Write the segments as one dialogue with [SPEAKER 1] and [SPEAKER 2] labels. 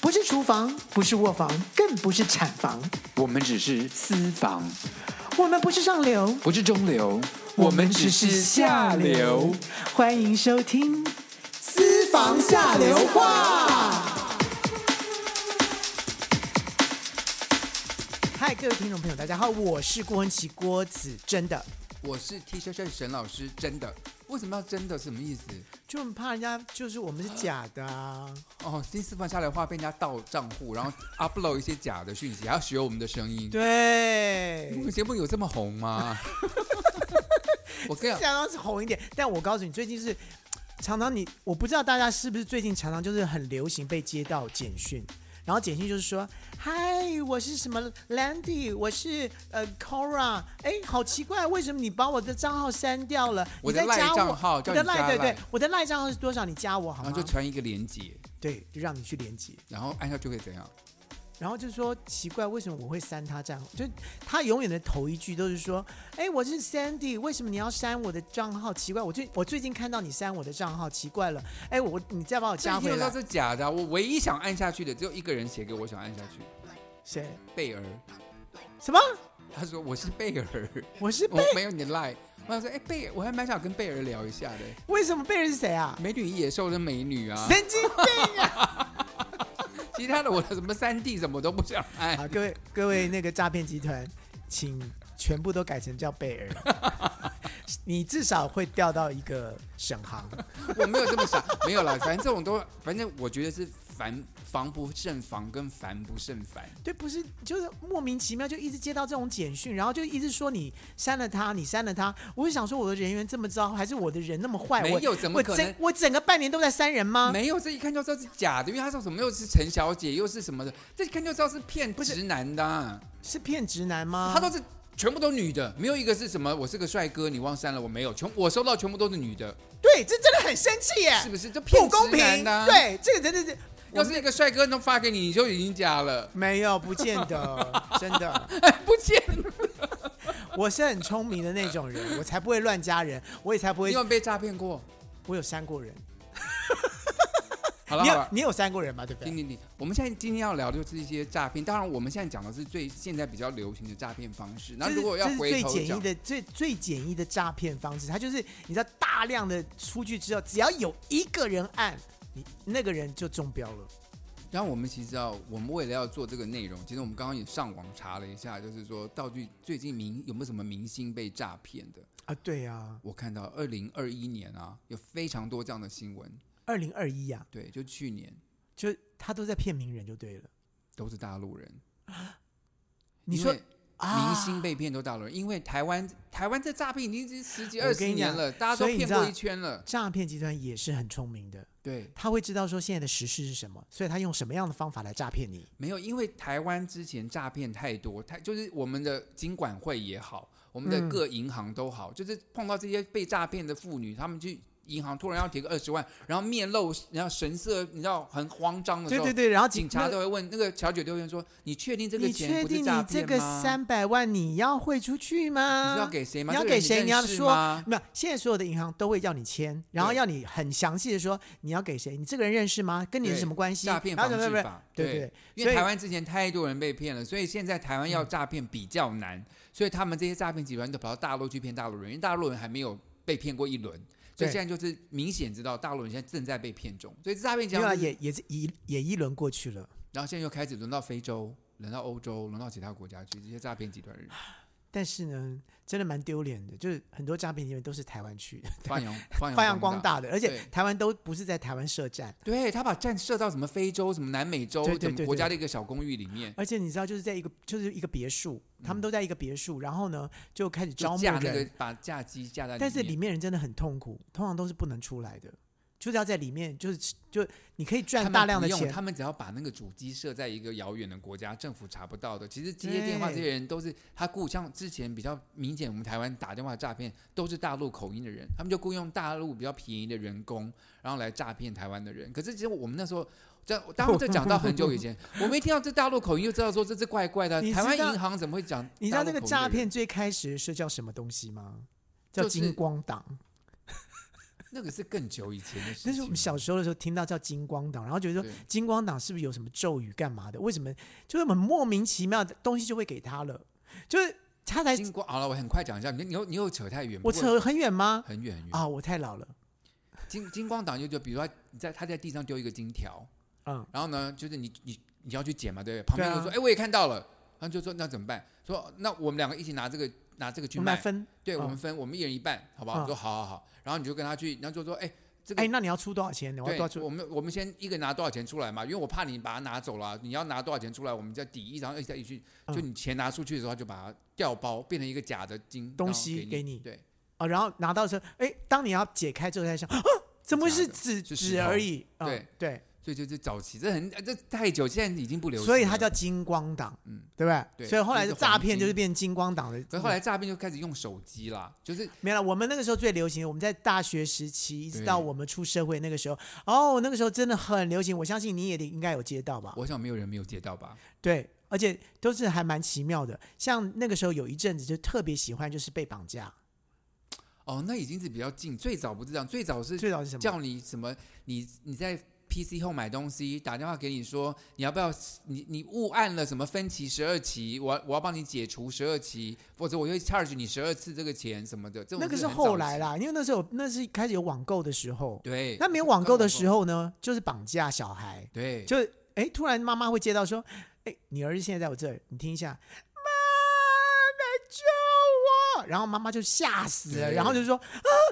[SPEAKER 1] 不是厨房，不是卧房，更不是产房，
[SPEAKER 2] 我们只是私房，
[SPEAKER 1] 我们不是上流，
[SPEAKER 2] 不是中流，我们只是下流。。
[SPEAKER 1] 欢迎收听《
[SPEAKER 2] 私
[SPEAKER 1] 房下流话》。嗨，各位听众朋友，大家好，我是郭文琪，郭子真的，
[SPEAKER 3] 我是 T 恤衫沈老师，真的。为什么要真的？什么意思？
[SPEAKER 1] 就很怕人家就是我们是假的啊。
[SPEAKER 3] 哦，新私房下来的话被人家盗账户，然后 upload 一些假的讯息，还要学我们的声音。
[SPEAKER 1] 对
[SPEAKER 3] 我，们节目有这么红吗？我跟你
[SPEAKER 1] 相当是红一点。但我告诉你，最近是常常你，我不知道大家是不是最近常常就是很流行被接到简讯，然后简讯就是说：“嗨，我是什么 Landy，我是呃 Cora，哎，好奇怪，为什么你把我的账号删掉了？
[SPEAKER 3] 我
[SPEAKER 1] 你
[SPEAKER 3] 的
[SPEAKER 1] 再加
[SPEAKER 3] LINE 账号
[SPEAKER 1] 我
[SPEAKER 3] 叫
[SPEAKER 1] 的
[SPEAKER 3] 你加
[SPEAKER 1] Line 对对
[SPEAKER 3] LINE，
[SPEAKER 1] 我的 Line 账号是多少？你加我好
[SPEAKER 3] 然
[SPEAKER 1] 吗
[SPEAKER 3] 后？就传一个链接，
[SPEAKER 1] 对，就让你去连接。
[SPEAKER 3] 然后按下就会怎样？
[SPEAKER 1] 然后就说奇怪，为什么我会删他账号？就他永远的头一句都是说：“哎，我是 Sandy，为什么你要删我的账号？奇怪，我最我最近看到你删我的账号，奇怪了。哎，我你再把我加
[SPEAKER 3] 这
[SPEAKER 1] 回
[SPEAKER 3] 一定
[SPEAKER 1] 来
[SPEAKER 3] 都。是假的啊、我唯一想按下去的，只有一个人写给我想按下去，”
[SPEAKER 1] 谁？
[SPEAKER 3] 贝尔。
[SPEAKER 1] 什么？
[SPEAKER 3] 他说我是贝尔，
[SPEAKER 1] 我是
[SPEAKER 3] 我
[SPEAKER 1] 贝？
[SPEAKER 3] 没有你的 line。我想说，哎、贝尔，我还蛮想跟贝尔聊一下的。
[SPEAKER 1] 为什么贝尔是谁啊？
[SPEAKER 3] 美女与野兽的美女啊，
[SPEAKER 1] 神经 病啊！
[SPEAKER 3] 其他的我的什么三 D 什么都不想按。
[SPEAKER 1] 好，啊各位各位那个诈骗集团，请全部都改成叫贝尔， 你至少会调到一个省行。
[SPEAKER 3] 我没有这么想，没有啦，反正这种都，反正我觉得是防防不胜防跟防不胜防。
[SPEAKER 1] 对，不是，就是莫名其妙就一直接到这种简讯，然后就一直说你删了他，你删了他。我就想说，我的人缘这么糟，还是我的人那么坏？
[SPEAKER 3] 没
[SPEAKER 1] 哎我
[SPEAKER 3] 有怎么
[SPEAKER 1] 我
[SPEAKER 3] 可
[SPEAKER 1] 整
[SPEAKER 3] 能
[SPEAKER 1] 我整个半年都在删人吗？
[SPEAKER 3] 没有，这一看就知道是假的，因为他说什么又是陈小姐，又是什么的，这一看就知道是骗
[SPEAKER 1] 是啊
[SPEAKER 3] 直男的啊、
[SPEAKER 1] 是骗直男吗？
[SPEAKER 3] 他都是全部都女的，没有一个是什么我是个帅哥，你忘删了我没有，全我收到全部都是女的，
[SPEAKER 1] 对，这真的很生气耶，
[SPEAKER 3] 是不是？这骗
[SPEAKER 1] 哎不公
[SPEAKER 3] 直
[SPEAKER 1] 平
[SPEAKER 3] 男的、啊。，
[SPEAKER 1] 对，这个真的是
[SPEAKER 3] 要是一个帅哥能发给你，你就已经假了，
[SPEAKER 1] 没有，不见 得，真的，
[SPEAKER 3] 不见了，
[SPEAKER 1] 我是很聪明的那种人，我才不会乱加人，我也才不会
[SPEAKER 3] 你有，没有被诈骗过？
[SPEAKER 1] 我有删过人，
[SPEAKER 3] 好了
[SPEAKER 1] 你
[SPEAKER 3] 好
[SPEAKER 1] 有
[SPEAKER 3] 了，
[SPEAKER 1] 你有删过人吗？对不
[SPEAKER 3] 听
[SPEAKER 1] 对？
[SPEAKER 3] 听听，我们现在今天要聊的就是一些诈骗，当然我们现在讲的是最现在比较流行的诈骗方式。那
[SPEAKER 1] 这
[SPEAKER 3] 如
[SPEAKER 1] 是
[SPEAKER 3] 果要
[SPEAKER 1] 这是
[SPEAKER 3] 回
[SPEAKER 1] 最
[SPEAKER 3] 头
[SPEAKER 1] 简易
[SPEAKER 3] 讲，
[SPEAKER 1] 的、最最简易的诈骗方式，它就是你知道大量的出去之后，只要有一个人按，你那个人就中标了。
[SPEAKER 3] 然后我们其实啊，我们为了要做这个内容，其实我们刚刚也上网查了一下，就是说到底最近明有没有什么明星被诈骗的？
[SPEAKER 1] 啊，对啊，
[SPEAKER 3] 我看到二零二一年啊，有非常多这样的新闻，
[SPEAKER 1] 二零二一啊，
[SPEAKER 3] 对，就去年
[SPEAKER 1] 就他都在骗名人就对了。
[SPEAKER 3] 都是大陆人。
[SPEAKER 1] 你
[SPEAKER 3] 因
[SPEAKER 1] 说
[SPEAKER 3] 为
[SPEAKER 1] 啊
[SPEAKER 3] 明星被骗都大陆人，因为台湾台湾这诈骗已经是十几
[SPEAKER 1] 我
[SPEAKER 3] 二
[SPEAKER 1] 跟
[SPEAKER 3] 十
[SPEAKER 1] 你
[SPEAKER 3] 年
[SPEAKER 1] 讲
[SPEAKER 3] 了，大家都
[SPEAKER 1] 所以你
[SPEAKER 3] 骗
[SPEAKER 1] 知道
[SPEAKER 3] 过一圈了，
[SPEAKER 1] 诈骗集团也是很聪明的，
[SPEAKER 3] 对。
[SPEAKER 1] 他会知道说现在的时事是什么，所以他用什么样的方法来诈骗你。
[SPEAKER 3] 没有，因为台湾之前诈骗太多，太就是我们的金管会也好，我们
[SPEAKER 1] 嗯
[SPEAKER 3] 的各银行都好，就是碰到这些被诈骗的妇女，她们去银行突然要提个二十万，然后面露，然后神色你知道很慌张的时
[SPEAKER 1] 对
[SPEAKER 3] 候，
[SPEAKER 1] 对对，然后
[SPEAKER 3] 警察都会问那个小姐都会问说：“你确定这
[SPEAKER 1] 那
[SPEAKER 3] 个
[SPEAKER 1] 你
[SPEAKER 3] 钱
[SPEAKER 1] 确
[SPEAKER 3] 不是
[SPEAKER 1] 定
[SPEAKER 3] 诈
[SPEAKER 1] 你这
[SPEAKER 3] 骗
[SPEAKER 1] 个
[SPEAKER 3] 吗？
[SPEAKER 1] 三百万你要汇出去
[SPEAKER 3] 你
[SPEAKER 1] 吗？
[SPEAKER 3] 是要给谁吗？
[SPEAKER 1] 你要
[SPEAKER 3] 这个人
[SPEAKER 1] 给谁你要
[SPEAKER 3] 认识
[SPEAKER 1] 说
[SPEAKER 3] 吗
[SPEAKER 1] 没有，现在所有的银行都会要你签，然后
[SPEAKER 3] 对
[SPEAKER 1] 要你很详细的说你要给谁，你这个人认识吗？跟你是
[SPEAKER 3] 对
[SPEAKER 1] 什么关系？
[SPEAKER 3] 诈骗
[SPEAKER 1] 然
[SPEAKER 3] 防
[SPEAKER 1] 后什么什么
[SPEAKER 3] 治
[SPEAKER 1] 什么
[SPEAKER 3] 法？
[SPEAKER 1] 对对，
[SPEAKER 3] 因
[SPEAKER 1] 所
[SPEAKER 3] 为
[SPEAKER 1] 以嗯
[SPEAKER 3] 台湾之前太多人被骗了，所以现在台湾要诈骗比较难，所以他们这些诈骗集团都跑到大陆去骗大陆人，因为大陆人还没有被骗过一轮，所
[SPEAKER 1] 对
[SPEAKER 3] 以现在就是明显知道大陆人现在正在被骗中，所以诈骗集
[SPEAKER 1] 没有啊，
[SPEAKER 3] 团就是、
[SPEAKER 1] 也也是一也一轮过去了，
[SPEAKER 3] 然后现在又开始轮到非洲，轮到欧洲，轮到其他国家去，这些诈骗集团人
[SPEAKER 1] 啊但是呢，真的蛮丢脸的，就是很多诈骗集团都是台湾去的，
[SPEAKER 3] 发扬发扬
[SPEAKER 1] 发扬光
[SPEAKER 3] 大。
[SPEAKER 1] 大的，而且
[SPEAKER 3] 对
[SPEAKER 1] 台湾都不是在台湾设站，
[SPEAKER 3] 对他把站设到什么非洲、什么南美洲、
[SPEAKER 1] 对对
[SPEAKER 3] 什
[SPEAKER 1] 对
[SPEAKER 3] 么国
[SPEAKER 1] 对
[SPEAKER 3] 家的一个小公寓里面，
[SPEAKER 1] 而且你知道就是在一个就是一个别墅，他们都在一个别墅，然后呢就开始
[SPEAKER 3] 嗯就
[SPEAKER 1] 招募
[SPEAKER 3] 架
[SPEAKER 1] 人，
[SPEAKER 3] 那个把架机架在里面。
[SPEAKER 1] 但是里面人真的很痛苦，通常都是不能出来的，就是要在里面，就是就你可以
[SPEAKER 3] 他
[SPEAKER 1] 赚
[SPEAKER 3] 们
[SPEAKER 1] 大量的
[SPEAKER 3] 不用
[SPEAKER 1] 钱，
[SPEAKER 3] 他们只要把那个主机设在一个遥远的国家，政府查不到的。其实接电话这
[SPEAKER 1] 对
[SPEAKER 3] 些人都是他雇，像之前比较明显，我们台湾打电话诈骗都是大陆口音的人，他们就雇佣大陆比较便宜的人工，然后来诈骗台湾的人。可是其实我们那时候。这当然，这讲到很久以前，我们一听到这大陆口音，就知道说这是怪怪的
[SPEAKER 1] 你。知
[SPEAKER 3] 台
[SPEAKER 1] 道
[SPEAKER 3] 湾银行怎么会讲？
[SPEAKER 1] 你知道这个诈骗最开始是叫什么东西吗？叫
[SPEAKER 3] 就是
[SPEAKER 1] 金光党。
[SPEAKER 3] 那个是更久以前的事情。
[SPEAKER 1] 但是我们小时候的时候听到叫金光党，然后觉得说
[SPEAKER 3] 对
[SPEAKER 1] 金光党是不是有什么咒语干嘛的？为什么就是我们莫名其妙的东西就会给他了？就是他才
[SPEAKER 3] 经过好了，我很快讲一下，你你又你又扯太远，
[SPEAKER 1] 我
[SPEAKER 3] 不过
[SPEAKER 1] 扯很远吗？
[SPEAKER 3] 很远很远。
[SPEAKER 1] 啊，我太老了，
[SPEAKER 3] 金金光党就就比如说你在他在地上丢一个金条，
[SPEAKER 1] 嗯，
[SPEAKER 3] 然后呢，就是你你你要去捡嘛，对不对？旁边
[SPEAKER 1] 对啊
[SPEAKER 3] 就说，哎、我也看到了，他就说那怎么办？说那我们两个一起拿这个拿这个去
[SPEAKER 1] 我们
[SPEAKER 3] 卖，
[SPEAKER 1] 来分。
[SPEAKER 3] 对
[SPEAKER 1] 嗯
[SPEAKER 3] 我们分，我们一人一半，好不好？
[SPEAKER 1] 嗯
[SPEAKER 3] 说好好好，然后你就跟他去，然后就说，哎，这个
[SPEAKER 1] 哎，那你要出多少钱？我要多少
[SPEAKER 3] 对，
[SPEAKER 1] 出？
[SPEAKER 3] 我们我们先一个拿多少钱出来嘛？因为我怕你把它拿走了啊，你要拿多少钱出来，我们再抵一，然后一再一去，
[SPEAKER 1] 嗯
[SPEAKER 3] 就你钱拿出去的时候，他就把它调包，变成一个假的金
[SPEAKER 1] 东
[SPEAKER 3] 然后
[SPEAKER 1] 西
[SPEAKER 3] 给
[SPEAKER 1] 给你
[SPEAKER 3] 对，
[SPEAKER 1] 啊，然后拿到的时候，哎，当你要解开之后才想，啊，怎么
[SPEAKER 3] 假的
[SPEAKER 1] 是纸
[SPEAKER 3] 是
[SPEAKER 1] 纸
[SPEAKER 3] 石头
[SPEAKER 1] 而已？啊
[SPEAKER 3] 对
[SPEAKER 1] 对，
[SPEAKER 3] 所以就就早期这很这太久，现在已经不流行了。
[SPEAKER 1] 所以它叫金光党，
[SPEAKER 3] 嗯
[SPEAKER 1] 对不对？
[SPEAKER 3] 对
[SPEAKER 1] 所以后来
[SPEAKER 3] 就
[SPEAKER 1] 的
[SPEAKER 3] 是黄
[SPEAKER 1] 诈骗
[SPEAKER 3] 金
[SPEAKER 1] 就是变金光党的。
[SPEAKER 3] 可是后来诈骗就开始用手机啦，就是
[SPEAKER 1] 没了。我们那个时候最流行，我们在大学时期一直到
[SPEAKER 3] 对
[SPEAKER 1] 我们出社会那个时候，哦，那个时候真的很流行。我相信你也得应该有接到吧？
[SPEAKER 3] 我想没有人没有接到吧？
[SPEAKER 1] 对，而且都是还蛮奇妙的。像那个时候有一阵子就特别喜欢，就是被绑架。
[SPEAKER 3] 哦，那已经是比较近，最早不是这样，最早是
[SPEAKER 1] 最早是什么？
[SPEAKER 3] 叫你什么，你你在 PC 后买东西，打电话给你说你要不要，你你误按了什么分期十二期，我我要帮你解除十二期，否则我会 charge 你十二次这个钱什么的。这种
[SPEAKER 1] 那个
[SPEAKER 3] 是
[SPEAKER 1] 是
[SPEAKER 3] 很
[SPEAKER 1] 后
[SPEAKER 3] 早
[SPEAKER 1] 来
[SPEAKER 3] 期，
[SPEAKER 1] 啦，因为那时候有那是开始有网购的时候。
[SPEAKER 3] 对，
[SPEAKER 1] 那没有网购的时
[SPEAKER 3] 候，
[SPEAKER 1] 候呢，就是绑架小孩。
[SPEAKER 3] 对，
[SPEAKER 1] 就哎，突然妈妈会接到说，哎，你儿子现在在我这儿，你听一下，妈来救我！然后妈妈就吓死了，
[SPEAKER 3] 对
[SPEAKER 1] 然后就说啊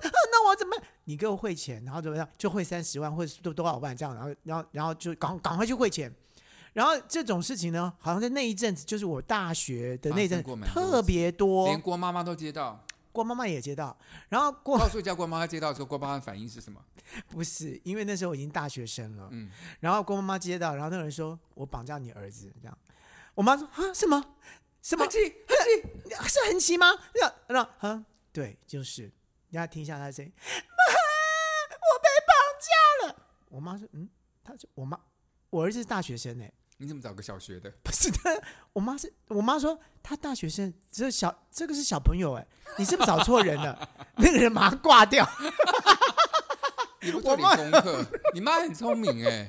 [SPEAKER 1] 啊，那我怎么？你给我汇钱，然后怎么样？就汇三十万，或者是多多少万这样，然后然后然后就赶赶快去汇钱。然后这种事情呢，好像在那一阵子，就是我大学的那一阵
[SPEAKER 3] 发生过蛮多
[SPEAKER 1] 特别多
[SPEAKER 3] 连，哦郭妈妈都接到，
[SPEAKER 1] 郭妈妈也接到，然后郭
[SPEAKER 3] 告诉一下郭妈妈接到的时候，郭妈妈反应是什么？
[SPEAKER 1] 不是，因为那时候我已经大学生了，
[SPEAKER 3] 嗯
[SPEAKER 1] 然后郭妈妈接到，然后那个人说我绑架你儿子这样，我妈说啊什么什么
[SPEAKER 3] 很气
[SPEAKER 1] 是恒奇吗？让让啊对就是，大家听一下他的声音，妈我被绑架了，我妈说嗯，她说我妈我儿子是大学生哎、
[SPEAKER 3] 你怎么找个小学的？
[SPEAKER 1] 不是他，我妈是我妈说他大学生，这小这个是小朋友哎、你是不是找错人了？那个人马上挂掉，
[SPEAKER 3] 你不做
[SPEAKER 1] 我
[SPEAKER 3] 点
[SPEAKER 1] 妈
[SPEAKER 3] 功课，你妈很聪明哎、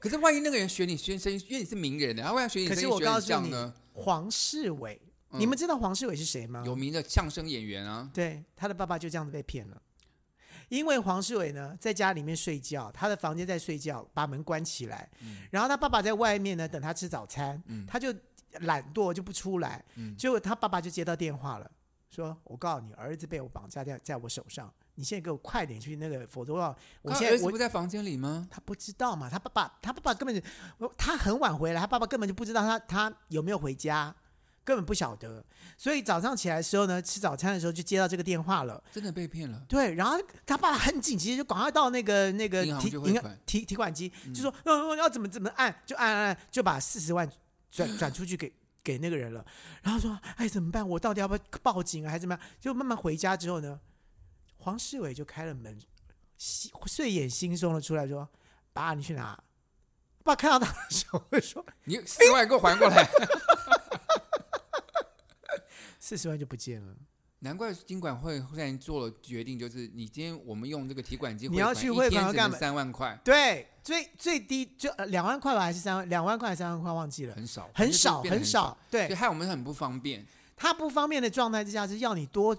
[SPEAKER 3] 可是万一那个人学你学声音，因为你是名人的，啊他万一学你
[SPEAKER 1] 可
[SPEAKER 3] 声
[SPEAKER 1] 是
[SPEAKER 3] 音
[SPEAKER 1] 我
[SPEAKER 3] 学
[SPEAKER 1] 告
[SPEAKER 3] 很
[SPEAKER 1] 诉
[SPEAKER 3] 像
[SPEAKER 1] 你
[SPEAKER 3] 呢？，
[SPEAKER 1] 黄世伟，
[SPEAKER 3] 嗯
[SPEAKER 1] 你们知道黄世伟是谁吗？
[SPEAKER 3] 有名的相声演员啊，
[SPEAKER 1] 对，他的爸爸就这样子被骗了。因为黄世伟呢，在家里面睡觉，他的房间在睡觉，把门关起来。然后他爸爸在外面呢，等他吃早餐，
[SPEAKER 3] 嗯
[SPEAKER 1] 他就懒惰就不出来。
[SPEAKER 3] 嗯
[SPEAKER 1] 结果他爸爸就接到电话了，说：“我告诉你，儿子被我绑架在在我手上，你现在给我快点去那个，否则的话，我
[SPEAKER 3] 他
[SPEAKER 1] 现
[SPEAKER 3] 儿
[SPEAKER 1] 在
[SPEAKER 3] 子
[SPEAKER 1] 我
[SPEAKER 3] 不在房间里吗？
[SPEAKER 1] 他不知道嘛，他爸爸他爸爸根本就我他很晚回来，他爸爸根本就不知道他他有没有回家，根本不晓得。所以早上起来的时候呢，吃早餐的时候就接到这个电话了。
[SPEAKER 3] 真的被骗了。
[SPEAKER 1] 对，然后他爸爸很紧急，就赶快到那个那个
[SPEAKER 3] 银行
[SPEAKER 1] 提
[SPEAKER 3] 去汇
[SPEAKER 1] 呃银行
[SPEAKER 3] 款
[SPEAKER 1] 提提款机，就说嗯、呃要怎么怎么按，就按按按，就把四十万转转出去给给那个人了。然后说哎怎么办？我到底要不要报警啊，还是怎么样？就慢慢回家之后呢，黄世伟就开了门，洗睡眼惺忪的出来说：“爸，你去哪？”爸看到他的时候会说
[SPEAKER 3] 你四万给我还过 来，：“
[SPEAKER 1] 四十万就不见了，
[SPEAKER 3] 难怪金管会忽然做了决定，就是你今天我们用这个提款机，
[SPEAKER 1] 你要去汇
[SPEAKER 3] 汇
[SPEAKER 1] 款要干嘛
[SPEAKER 3] 三万块
[SPEAKER 1] 对，最最低就呃两万块吧，还是三万？两万块还是三万块？忘记了，
[SPEAKER 3] 很少，
[SPEAKER 1] 很少
[SPEAKER 3] 变得
[SPEAKER 1] 很
[SPEAKER 3] 很，
[SPEAKER 1] 少，哎对
[SPEAKER 3] 就。害我们很不方便。
[SPEAKER 1] 他不方便的状态之下，是要你多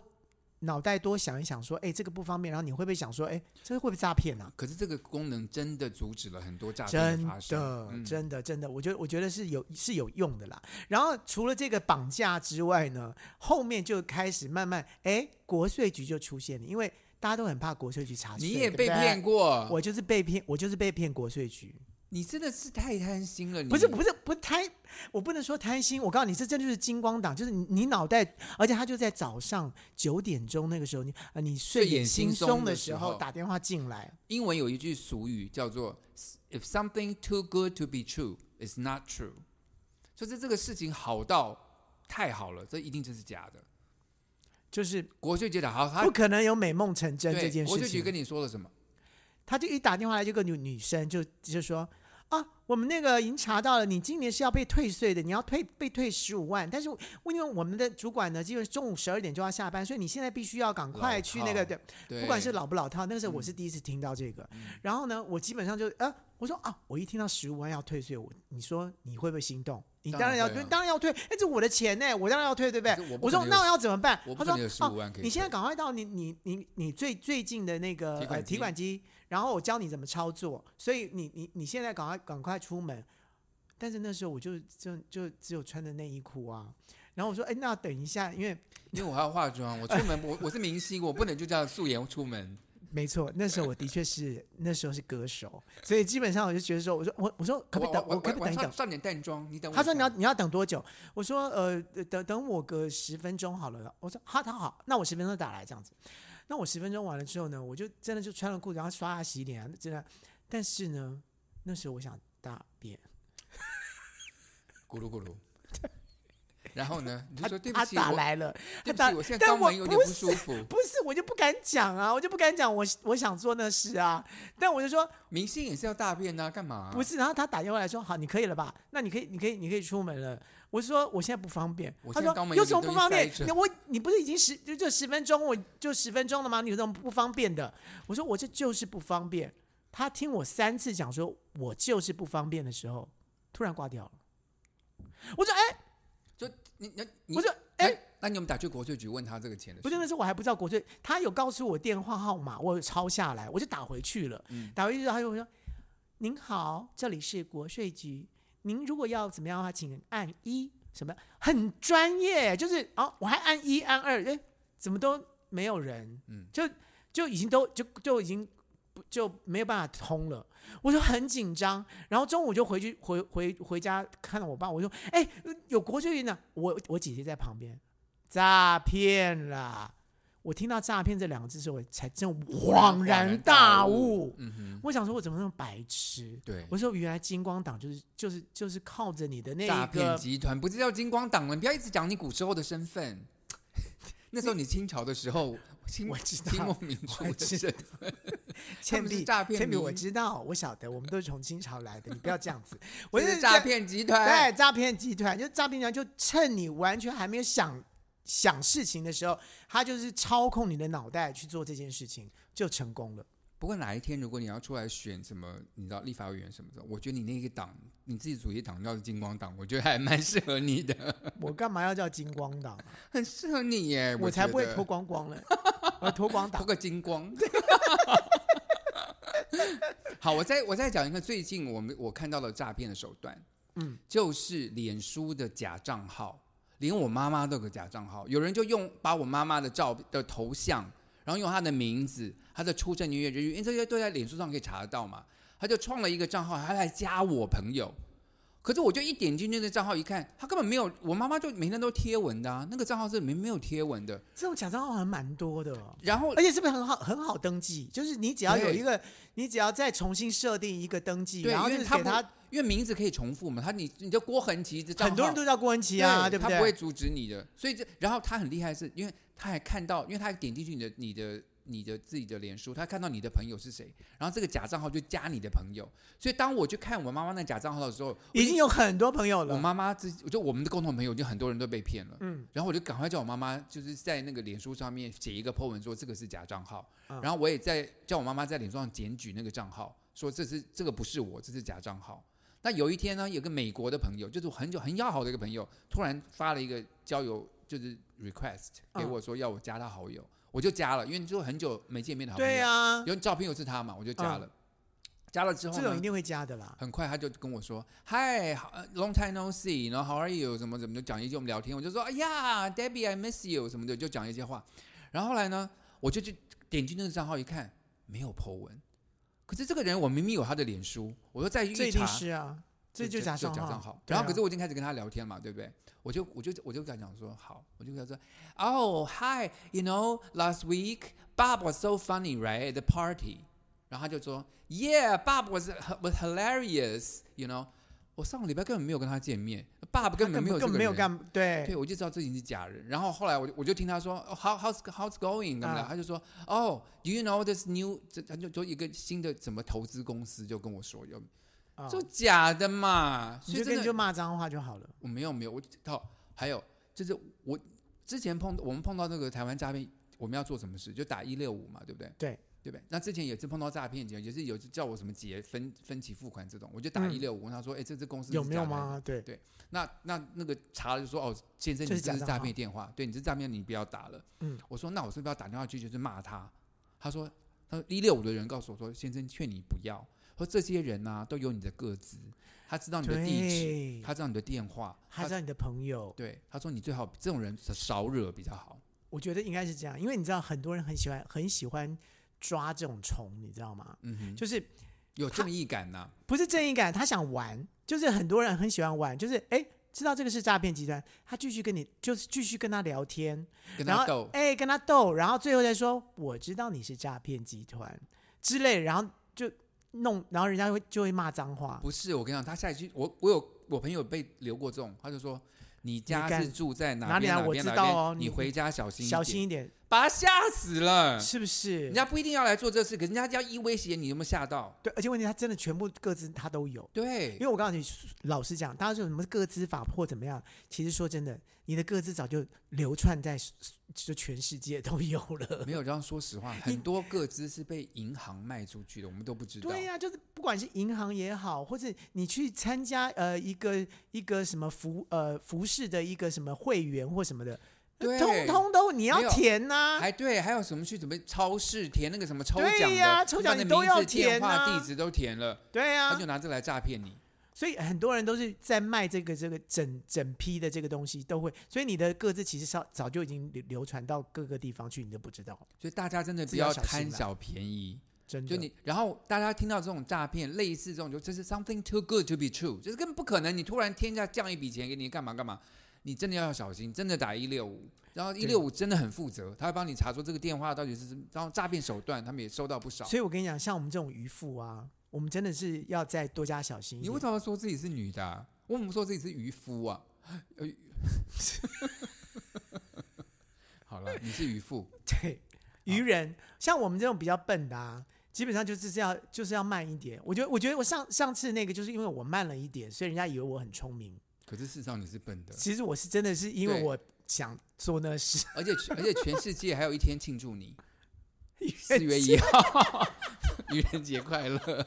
[SPEAKER 1] 脑袋多想一想，说，哎，这个不方便，然后你会不会想说，哎，这个会不会诈骗啊？
[SPEAKER 3] 可是这个功能真的阻止了很多诈骗
[SPEAKER 1] 真
[SPEAKER 3] 发生，
[SPEAKER 1] 的，
[SPEAKER 3] 嗯
[SPEAKER 1] 真的，真的，我觉得我觉得是有是有用的啦。然后除了这个绑架之外呢，后面就开始慢慢，哎，国税局就出现了，因为大家都很怕国税局查税，
[SPEAKER 3] 你也
[SPEAKER 1] 对不
[SPEAKER 3] 被
[SPEAKER 1] 对
[SPEAKER 3] 骗过，
[SPEAKER 1] 我就是被骗，我就是被骗国税局，
[SPEAKER 3] 你真的是太贪心了。你
[SPEAKER 1] 不是不是不贪，我不能说贪心。我告诉你，这真的就是金光党，就是你你脑袋，而且他就在早上九点钟那个时候，你啊你睡
[SPEAKER 3] 睡眼
[SPEAKER 1] 惺
[SPEAKER 3] 惺
[SPEAKER 1] 忪
[SPEAKER 3] 忪的
[SPEAKER 1] 时
[SPEAKER 3] 时
[SPEAKER 1] 候
[SPEAKER 3] 候
[SPEAKER 1] 打电话进来，
[SPEAKER 3] 英文有一句俗语叫做 "If something too good to be true, it's not true"，就是这个事情好到太好了，这一定就是假的。
[SPEAKER 1] 就是
[SPEAKER 3] 国税局的好，他
[SPEAKER 1] 不可能有美梦成真
[SPEAKER 3] 对
[SPEAKER 1] 这件
[SPEAKER 3] 国
[SPEAKER 1] 事
[SPEAKER 3] 税局
[SPEAKER 1] 情。
[SPEAKER 3] 跟你说了什么？
[SPEAKER 1] 他就一打电话来，就跟女女生就就说啊，我我们那个已经查到了，你今年是要被退税的，你要退被退十五万。但是因为我们的主管呢，基本中午十二点就要下班，所以你现在必须要赶快
[SPEAKER 3] 老
[SPEAKER 1] 去那个
[SPEAKER 3] 套
[SPEAKER 1] 对，
[SPEAKER 3] 对，嗯
[SPEAKER 1] 不管是老不老套，那个时候我是第一次听到这个。然后呢，我基本上就呃，我说啊，我一听到十五万要退税，我你说你会不会心动？你
[SPEAKER 3] 当
[SPEAKER 1] 当然
[SPEAKER 3] 然
[SPEAKER 1] 要
[SPEAKER 3] 会
[SPEAKER 1] 退，
[SPEAKER 3] 啊
[SPEAKER 1] 当然要退，哎，这我的钱呢，我当然要退，对不对
[SPEAKER 3] 可是我？不
[SPEAKER 1] 我
[SPEAKER 3] 可
[SPEAKER 1] 说
[SPEAKER 3] 能有
[SPEAKER 1] 那我要怎么办
[SPEAKER 3] 我？不
[SPEAKER 1] 他
[SPEAKER 3] 可
[SPEAKER 1] 说
[SPEAKER 3] 能有十
[SPEAKER 1] 哦
[SPEAKER 3] 五，万可以退，
[SPEAKER 1] 你现在赶快到你你你你最最近的那个
[SPEAKER 3] 提款
[SPEAKER 1] 呃
[SPEAKER 3] 机
[SPEAKER 1] 提款机，然后我教你怎么操作。所以你你你现在赶快赶快出门。但是那时候我就就就只有穿着内衣裤啊。然后我说，哎，那等一下，因为
[SPEAKER 3] 因为我还要化妆，我出门我 我是明星，我不能就这样素颜出门。
[SPEAKER 1] 没错，那时候我的确是那时候是歌手，所以基本上我就觉得说，我说我我说可不可以等，
[SPEAKER 3] 我
[SPEAKER 1] 可不可以等一等
[SPEAKER 3] 上？上点淡妆，你等我一
[SPEAKER 1] 他
[SPEAKER 3] 下。
[SPEAKER 1] 说你要你要等多久？我说呃呃等等我个十分钟好了。我说好，他好，那我十分钟打来这样子。那我十分钟完了之后呢，我就真的就穿了裤子，然后刷牙洗脸啊，真的。但是呢，那时候我想大便，
[SPEAKER 3] 咕噜咕噜。然后呢，你就说对不
[SPEAKER 1] 他
[SPEAKER 3] 起，
[SPEAKER 1] 打
[SPEAKER 3] 我
[SPEAKER 1] 来了，他
[SPEAKER 3] 对不
[SPEAKER 1] 打
[SPEAKER 3] 起，我现在
[SPEAKER 1] 但
[SPEAKER 3] 肛
[SPEAKER 1] 我
[SPEAKER 3] 门有点
[SPEAKER 1] 不
[SPEAKER 3] 不舒服。
[SPEAKER 1] 不是我就不敢讲啊，我就不敢讲我我想做那事啊。但我就说
[SPEAKER 3] 明星也是要大便呐、啊干嘛、
[SPEAKER 1] 不是，然后他打电话来说：“好，你可以了吧？那你可以，你可以，你可以出门了。”我说：“我现在不方便。”
[SPEAKER 3] 我
[SPEAKER 1] 他
[SPEAKER 3] 现在
[SPEAKER 1] 说
[SPEAKER 3] 肛：“门
[SPEAKER 1] 有
[SPEAKER 3] 有
[SPEAKER 1] 什么
[SPEAKER 3] 点
[SPEAKER 1] 不
[SPEAKER 3] 东西
[SPEAKER 1] 方便？
[SPEAKER 3] 塞着
[SPEAKER 1] 你我你不是已经十就就十分钟，我就十分钟了吗？你有什么不方便的？”我说：“我这就是不方便。”他听我三次讲说我就是不方便的时候，突然挂掉了。我说：“哎，
[SPEAKER 3] 你你你，
[SPEAKER 1] 我说哎
[SPEAKER 3] 那你有没有打去国税局问他这个钱的事？
[SPEAKER 1] 不对，那时候我还不知道国税，他有告诉我电话号码，我有抄下来，我就打回去了。
[SPEAKER 3] 嗯
[SPEAKER 1] 打回去之后，他就说：“您好，这里是国税局，您如果要怎么样的话，请按一。”什么很专业，就是哦，我还按一按二，哎，怎么都没有人，
[SPEAKER 3] 嗯
[SPEAKER 1] 就就已经都就就已经不就没有办法通了，我就很紧张。然后中午就回去回回回家看到我爸，我说：“哎，有国税局呢。”我我姐姐在旁边，诈骗啦！我听到诈骗这两个字之后，我才真恍然大悟。
[SPEAKER 3] 嗯哼，
[SPEAKER 1] 我想说，我怎么那么白痴？
[SPEAKER 3] 对，
[SPEAKER 1] 我说，原来金光党就是就是就是靠着你的那
[SPEAKER 3] 诈
[SPEAKER 1] 一
[SPEAKER 3] 骗
[SPEAKER 1] 个，
[SPEAKER 3] 集团不是叫金光党了，你不要一直讲你古时候的身份。那时候你清朝的时候，清
[SPEAKER 1] 我知道
[SPEAKER 3] 清末民初
[SPEAKER 1] 我
[SPEAKER 3] 的
[SPEAKER 1] 知
[SPEAKER 3] 身份，他
[SPEAKER 1] 铅
[SPEAKER 3] 们
[SPEAKER 1] 笔
[SPEAKER 3] 是诈骗
[SPEAKER 1] 铅笔，
[SPEAKER 3] 迷
[SPEAKER 1] 我知道，我晓得，我们都是从清朝来的，你不要这样 子。我
[SPEAKER 3] 我
[SPEAKER 1] 就是在
[SPEAKER 3] 诈骗集团。
[SPEAKER 1] 对，诈骗集团就诈骗集团，就趁你完全还没有想想事情的时候，他就是操控你的脑袋去做这件事情，就成功 了。
[SPEAKER 3] 不过哪一天如果你要出来选什么，你知道立法委员什么的，我觉得你那个党，你自己组一个党叫金光党，我觉得还蛮适合你的，
[SPEAKER 1] 我干嘛要叫金光党？
[SPEAKER 3] 很适合你耶。
[SPEAKER 1] 我才
[SPEAKER 3] 哎觉
[SPEAKER 1] 不会
[SPEAKER 3] 得
[SPEAKER 1] 脱光光 嘞，我脱光
[SPEAKER 3] 投
[SPEAKER 1] 党。
[SPEAKER 3] 个精光。好，我再我再讲一个最近我们我看到的诈骗的手段，
[SPEAKER 1] 嗯，
[SPEAKER 3] 就是脸书的假账号，连我妈妈都有个假账号，有人就用把我妈妈的照的头像，然后用她的名字、她的出生年月日，因为这些都在脸书上可以查得到嘛，他就创了一个账号，他来加我朋友。可是我就一点进去那账号一看，他根本没有，我妈妈就每天都贴文的啊，那个账号是没没有贴文的。
[SPEAKER 1] 这种假账号还蛮多的哦，
[SPEAKER 3] 然后
[SPEAKER 1] 而且是不是很好很好登记？就是你只要有
[SPEAKER 3] 对
[SPEAKER 1] 一个，你只要再重新设定一个登记，
[SPEAKER 3] 对
[SPEAKER 1] 然后
[SPEAKER 3] 因
[SPEAKER 1] 就
[SPEAKER 3] 为
[SPEAKER 1] 是
[SPEAKER 3] 他
[SPEAKER 1] 给
[SPEAKER 3] 不
[SPEAKER 1] 他，
[SPEAKER 3] 因为名字可以重复嘛，他你你叫郭恒奇这账号
[SPEAKER 1] 很多人都叫郭文琪啊，
[SPEAKER 3] 对
[SPEAKER 1] 对
[SPEAKER 3] 他
[SPEAKER 1] 对？
[SPEAKER 3] 不会阻止你的。所以这，然后他很厉害是，因为他还看到，因为他还点进去你的、你的、你的自己的脸书，他看到你的朋友是谁，然后这个假账号就加你的朋友。所以，当我去看我妈妈那假账号的时候，
[SPEAKER 1] 已经有很多朋友
[SPEAKER 3] 我
[SPEAKER 1] 了。
[SPEAKER 3] 妈妈自己就我们的共同朋友，就很多人都被骗了。
[SPEAKER 1] 嗯，
[SPEAKER 3] 然后我就赶快叫我妈妈，就是在那个脸书上面写一个 po 文说这个是假账号，
[SPEAKER 1] 嗯
[SPEAKER 3] 然后我也在叫我妈妈在脸书上检举那个账号，说这是这个不是我，这是假账号。那有一天呢，有个美国的朋友，就是我很久很要好的一个朋友，突然发了一个交友就是 request
[SPEAKER 1] 啊
[SPEAKER 3] 给我说要我加他好友，我就加了，因为就很久没见面的好朋友，
[SPEAKER 1] 对啊，
[SPEAKER 3] 有照片又是他嘛，我就加
[SPEAKER 1] 嗯
[SPEAKER 3] 了。加了之后
[SPEAKER 1] 这
[SPEAKER 3] 呢，
[SPEAKER 1] 种一定会加的啦。
[SPEAKER 3] 很快他就跟我说：“Hi, how- long time no see，然后 How are you？什么什么就讲一些我们聊天，我就说：哎呀，Debbie, I miss you 什么的，就讲一些话。然后后来呢，我就去点进那个账号一看，没有 po 文。可是这个人我明明有他的脸书，我又再去
[SPEAKER 1] 这一
[SPEAKER 3] 查
[SPEAKER 1] 定，是啊，这就假
[SPEAKER 3] 假
[SPEAKER 1] 账
[SPEAKER 3] 账
[SPEAKER 1] 号。对
[SPEAKER 3] 然
[SPEAKER 1] 啊
[SPEAKER 3] 后可是我已经开始跟他聊天嘛，对不对？我就我就我就跟他讲说好，我就跟他说，Oh hi, you know last week Bob was so funny, right? At the party. 然后他就说，Yeah, Bob was was hilarious, you know. 我上个礼拜根本没有跟他见面，Bob 根本没有这
[SPEAKER 1] 根本
[SPEAKER 3] 个
[SPEAKER 1] 没有
[SPEAKER 3] 人
[SPEAKER 1] 干，对
[SPEAKER 3] 对，我就知道这已经是假人。然后后来我就我就听他说、哦 How how's how's going 怎么了？
[SPEAKER 1] 啊
[SPEAKER 3] 他就说哦、Do you know this new？这他就就一个新的什么投资公司就跟我说有
[SPEAKER 1] 啊
[SPEAKER 3] 就假的嘛。
[SPEAKER 1] 你
[SPEAKER 3] 所以
[SPEAKER 1] 就
[SPEAKER 3] 真
[SPEAKER 1] 跟
[SPEAKER 3] 的
[SPEAKER 1] 就骂脏话就好了。
[SPEAKER 3] 我没有没有，我到还有就是我之前碰我们碰到那个台湾诈骗，我们要做什么事？就打一六五嘛，对不对？
[SPEAKER 1] 对
[SPEAKER 3] 对不对？那之前也是碰到诈骗，也是有叫我什么结分分期付款这种，我就打
[SPEAKER 1] 嗯
[SPEAKER 3] 一六五，问他说：“哎、这支公司是
[SPEAKER 1] 有没有
[SPEAKER 3] 假的？
[SPEAKER 1] 吗？对，
[SPEAKER 3] 那那那个查了就说哦，先生
[SPEAKER 1] 这
[SPEAKER 3] 你
[SPEAKER 1] 是
[SPEAKER 3] 这
[SPEAKER 1] 假
[SPEAKER 3] 是
[SPEAKER 1] 账
[SPEAKER 3] 诈
[SPEAKER 1] 号
[SPEAKER 3] 骗电话，对你这是诈骗，你不要打了。
[SPEAKER 1] 嗯，
[SPEAKER 3] 我说那我是不是要打电话去就是骂他？他说他说一六五的人告诉我说，先生劝你不要，说这些人呐、都有你的个资，他知道你的地址，
[SPEAKER 1] 对，
[SPEAKER 3] 他知道你的电话，
[SPEAKER 1] 还
[SPEAKER 3] 他
[SPEAKER 1] 知道你的朋友，
[SPEAKER 3] 对他说你最好这种人少惹比较好。
[SPEAKER 1] 我觉得应该是这样，因为你知道很多人很喜欢很喜欢抓这种虫，你知道吗？
[SPEAKER 3] 嗯哼，
[SPEAKER 1] 就是
[SPEAKER 3] 有
[SPEAKER 1] 他
[SPEAKER 3] 正义感呐、
[SPEAKER 1] 不是正义感，他想玩，就是很多人很喜欢玩，就是哎。知道这个是诈骗集团，他继续跟你就是继续跟他聊天，
[SPEAKER 3] 跟
[SPEAKER 1] 然
[SPEAKER 3] 他
[SPEAKER 1] 后
[SPEAKER 3] 斗。
[SPEAKER 1] 哎、跟他斗，然后最后再说我知道你是诈骗集团之类的，然后就弄，然后人家会就会骂脏话，
[SPEAKER 3] 不是，我跟你讲，他下一句，我我有我朋友被留过这种，他就说你家
[SPEAKER 1] 干
[SPEAKER 3] 是住在
[SPEAKER 1] 哪
[SPEAKER 3] 哪
[SPEAKER 1] 里
[SPEAKER 3] 边
[SPEAKER 1] 啊
[SPEAKER 3] 哪
[SPEAKER 1] 我
[SPEAKER 3] 边
[SPEAKER 1] 知
[SPEAKER 3] 哪
[SPEAKER 1] 道
[SPEAKER 3] 边，
[SPEAKER 1] 哦
[SPEAKER 3] 你
[SPEAKER 1] 你
[SPEAKER 3] 回家小心一
[SPEAKER 1] 小
[SPEAKER 3] 点
[SPEAKER 1] 心一点，
[SPEAKER 3] 把他吓死了。
[SPEAKER 1] 是不是
[SPEAKER 3] 人？家不一定要来做这事，可是人家要一威胁你，有没有吓到？
[SPEAKER 1] 对，而且问题他真的全部各自他都有，
[SPEAKER 3] 对
[SPEAKER 1] 因，为我告诉你，老实讲，大家说什么各资法或怎么样，其实说真的，你的各资早就流窜在就全世界都有 了。
[SPEAKER 3] 没有。这样说实话，很多个资是被银行卖出去的，我们都不知道。
[SPEAKER 1] 对呀、就是不管是银行也好，或者你去参加呃一个一个什么服呃服饰的一个什么会员或什么的，
[SPEAKER 3] 对
[SPEAKER 1] 通通都你
[SPEAKER 3] 没
[SPEAKER 1] 要
[SPEAKER 3] 有
[SPEAKER 1] 填呐、
[SPEAKER 3] 还对，还有什么去准备超市填那个什么抽
[SPEAKER 1] 对
[SPEAKER 3] 奖的，
[SPEAKER 1] 呀抽奖
[SPEAKER 3] 你
[SPEAKER 1] 你
[SPEAKER 3] 把
[SPEAKER 1] 都
[SPEAKER 3] 你
[SPEAKER 1] 要
[SPEAKER 3] 名字、电
[SPEAKER 1] 填啊
[SPEAKER 3] 话、地址都填了，
[SPEAKER 1] 对呀、
[SPEAKER 3] 他就拿这来诈骗你。
[SPEAKER 1] 所以很多人都是在卖这个这个整整批的这个东西都会，所以你的各自其实早早就已经流流传到各个地方去，你都不知道，
[SPEAKER 3] 所以大家真的不
[SPEAKER 1] 自己要
[SPEAKER 3] 要
[SPEAKER 1] 小心
[SPEAKER 3] 贪
[SPEAKER 1] 啦
[SPEAKER 3] 小便宜，
[SPEAKER 1] 真的。
[SPEAKER 3] 就你，然后大家听到这种诈骗，类似这种，就这是 something too good to be true，就是根本不可能，你突然天价降一笔钱给你干嘛干嘛，你真的要小心，真的打一六五，然后一六五真的很负责，他会帮你查出这个电话到底是，然后诈骗手段他们也收到不少。
[SPEAKER 1] 所以我跟你讲，像我们这种渔夫啊，我们真的是要再多加小心一
[SPEAKER 3] 你为
[SPEAKER 1] 点。
[SPEAKER 3] 什么要说自己是女的、啊？我怎么说自己是渔夫啊？呃， 好了，你是渔夫，
[SPEAKER 1] 对，渔人像我们这种比较笨的啊，基本上就是要就是要慢一点。我觉得，我觉得我上上次那个就是因为我慢了一点，所以人家以为我很聪明。
[SPEAKER 3] 可是事实上你是笨的，
[SPEAKER 1] 其实我是真的是因为
[SPEAKER 3] 对
[SPEAKER 1] 我想做那事。
[SPEAKER 3] 而且而且全世界还有一天庆 祝你四
[SPEAKER 1] 人
[SPEAKER 3] 月一号， 愚人节快乐。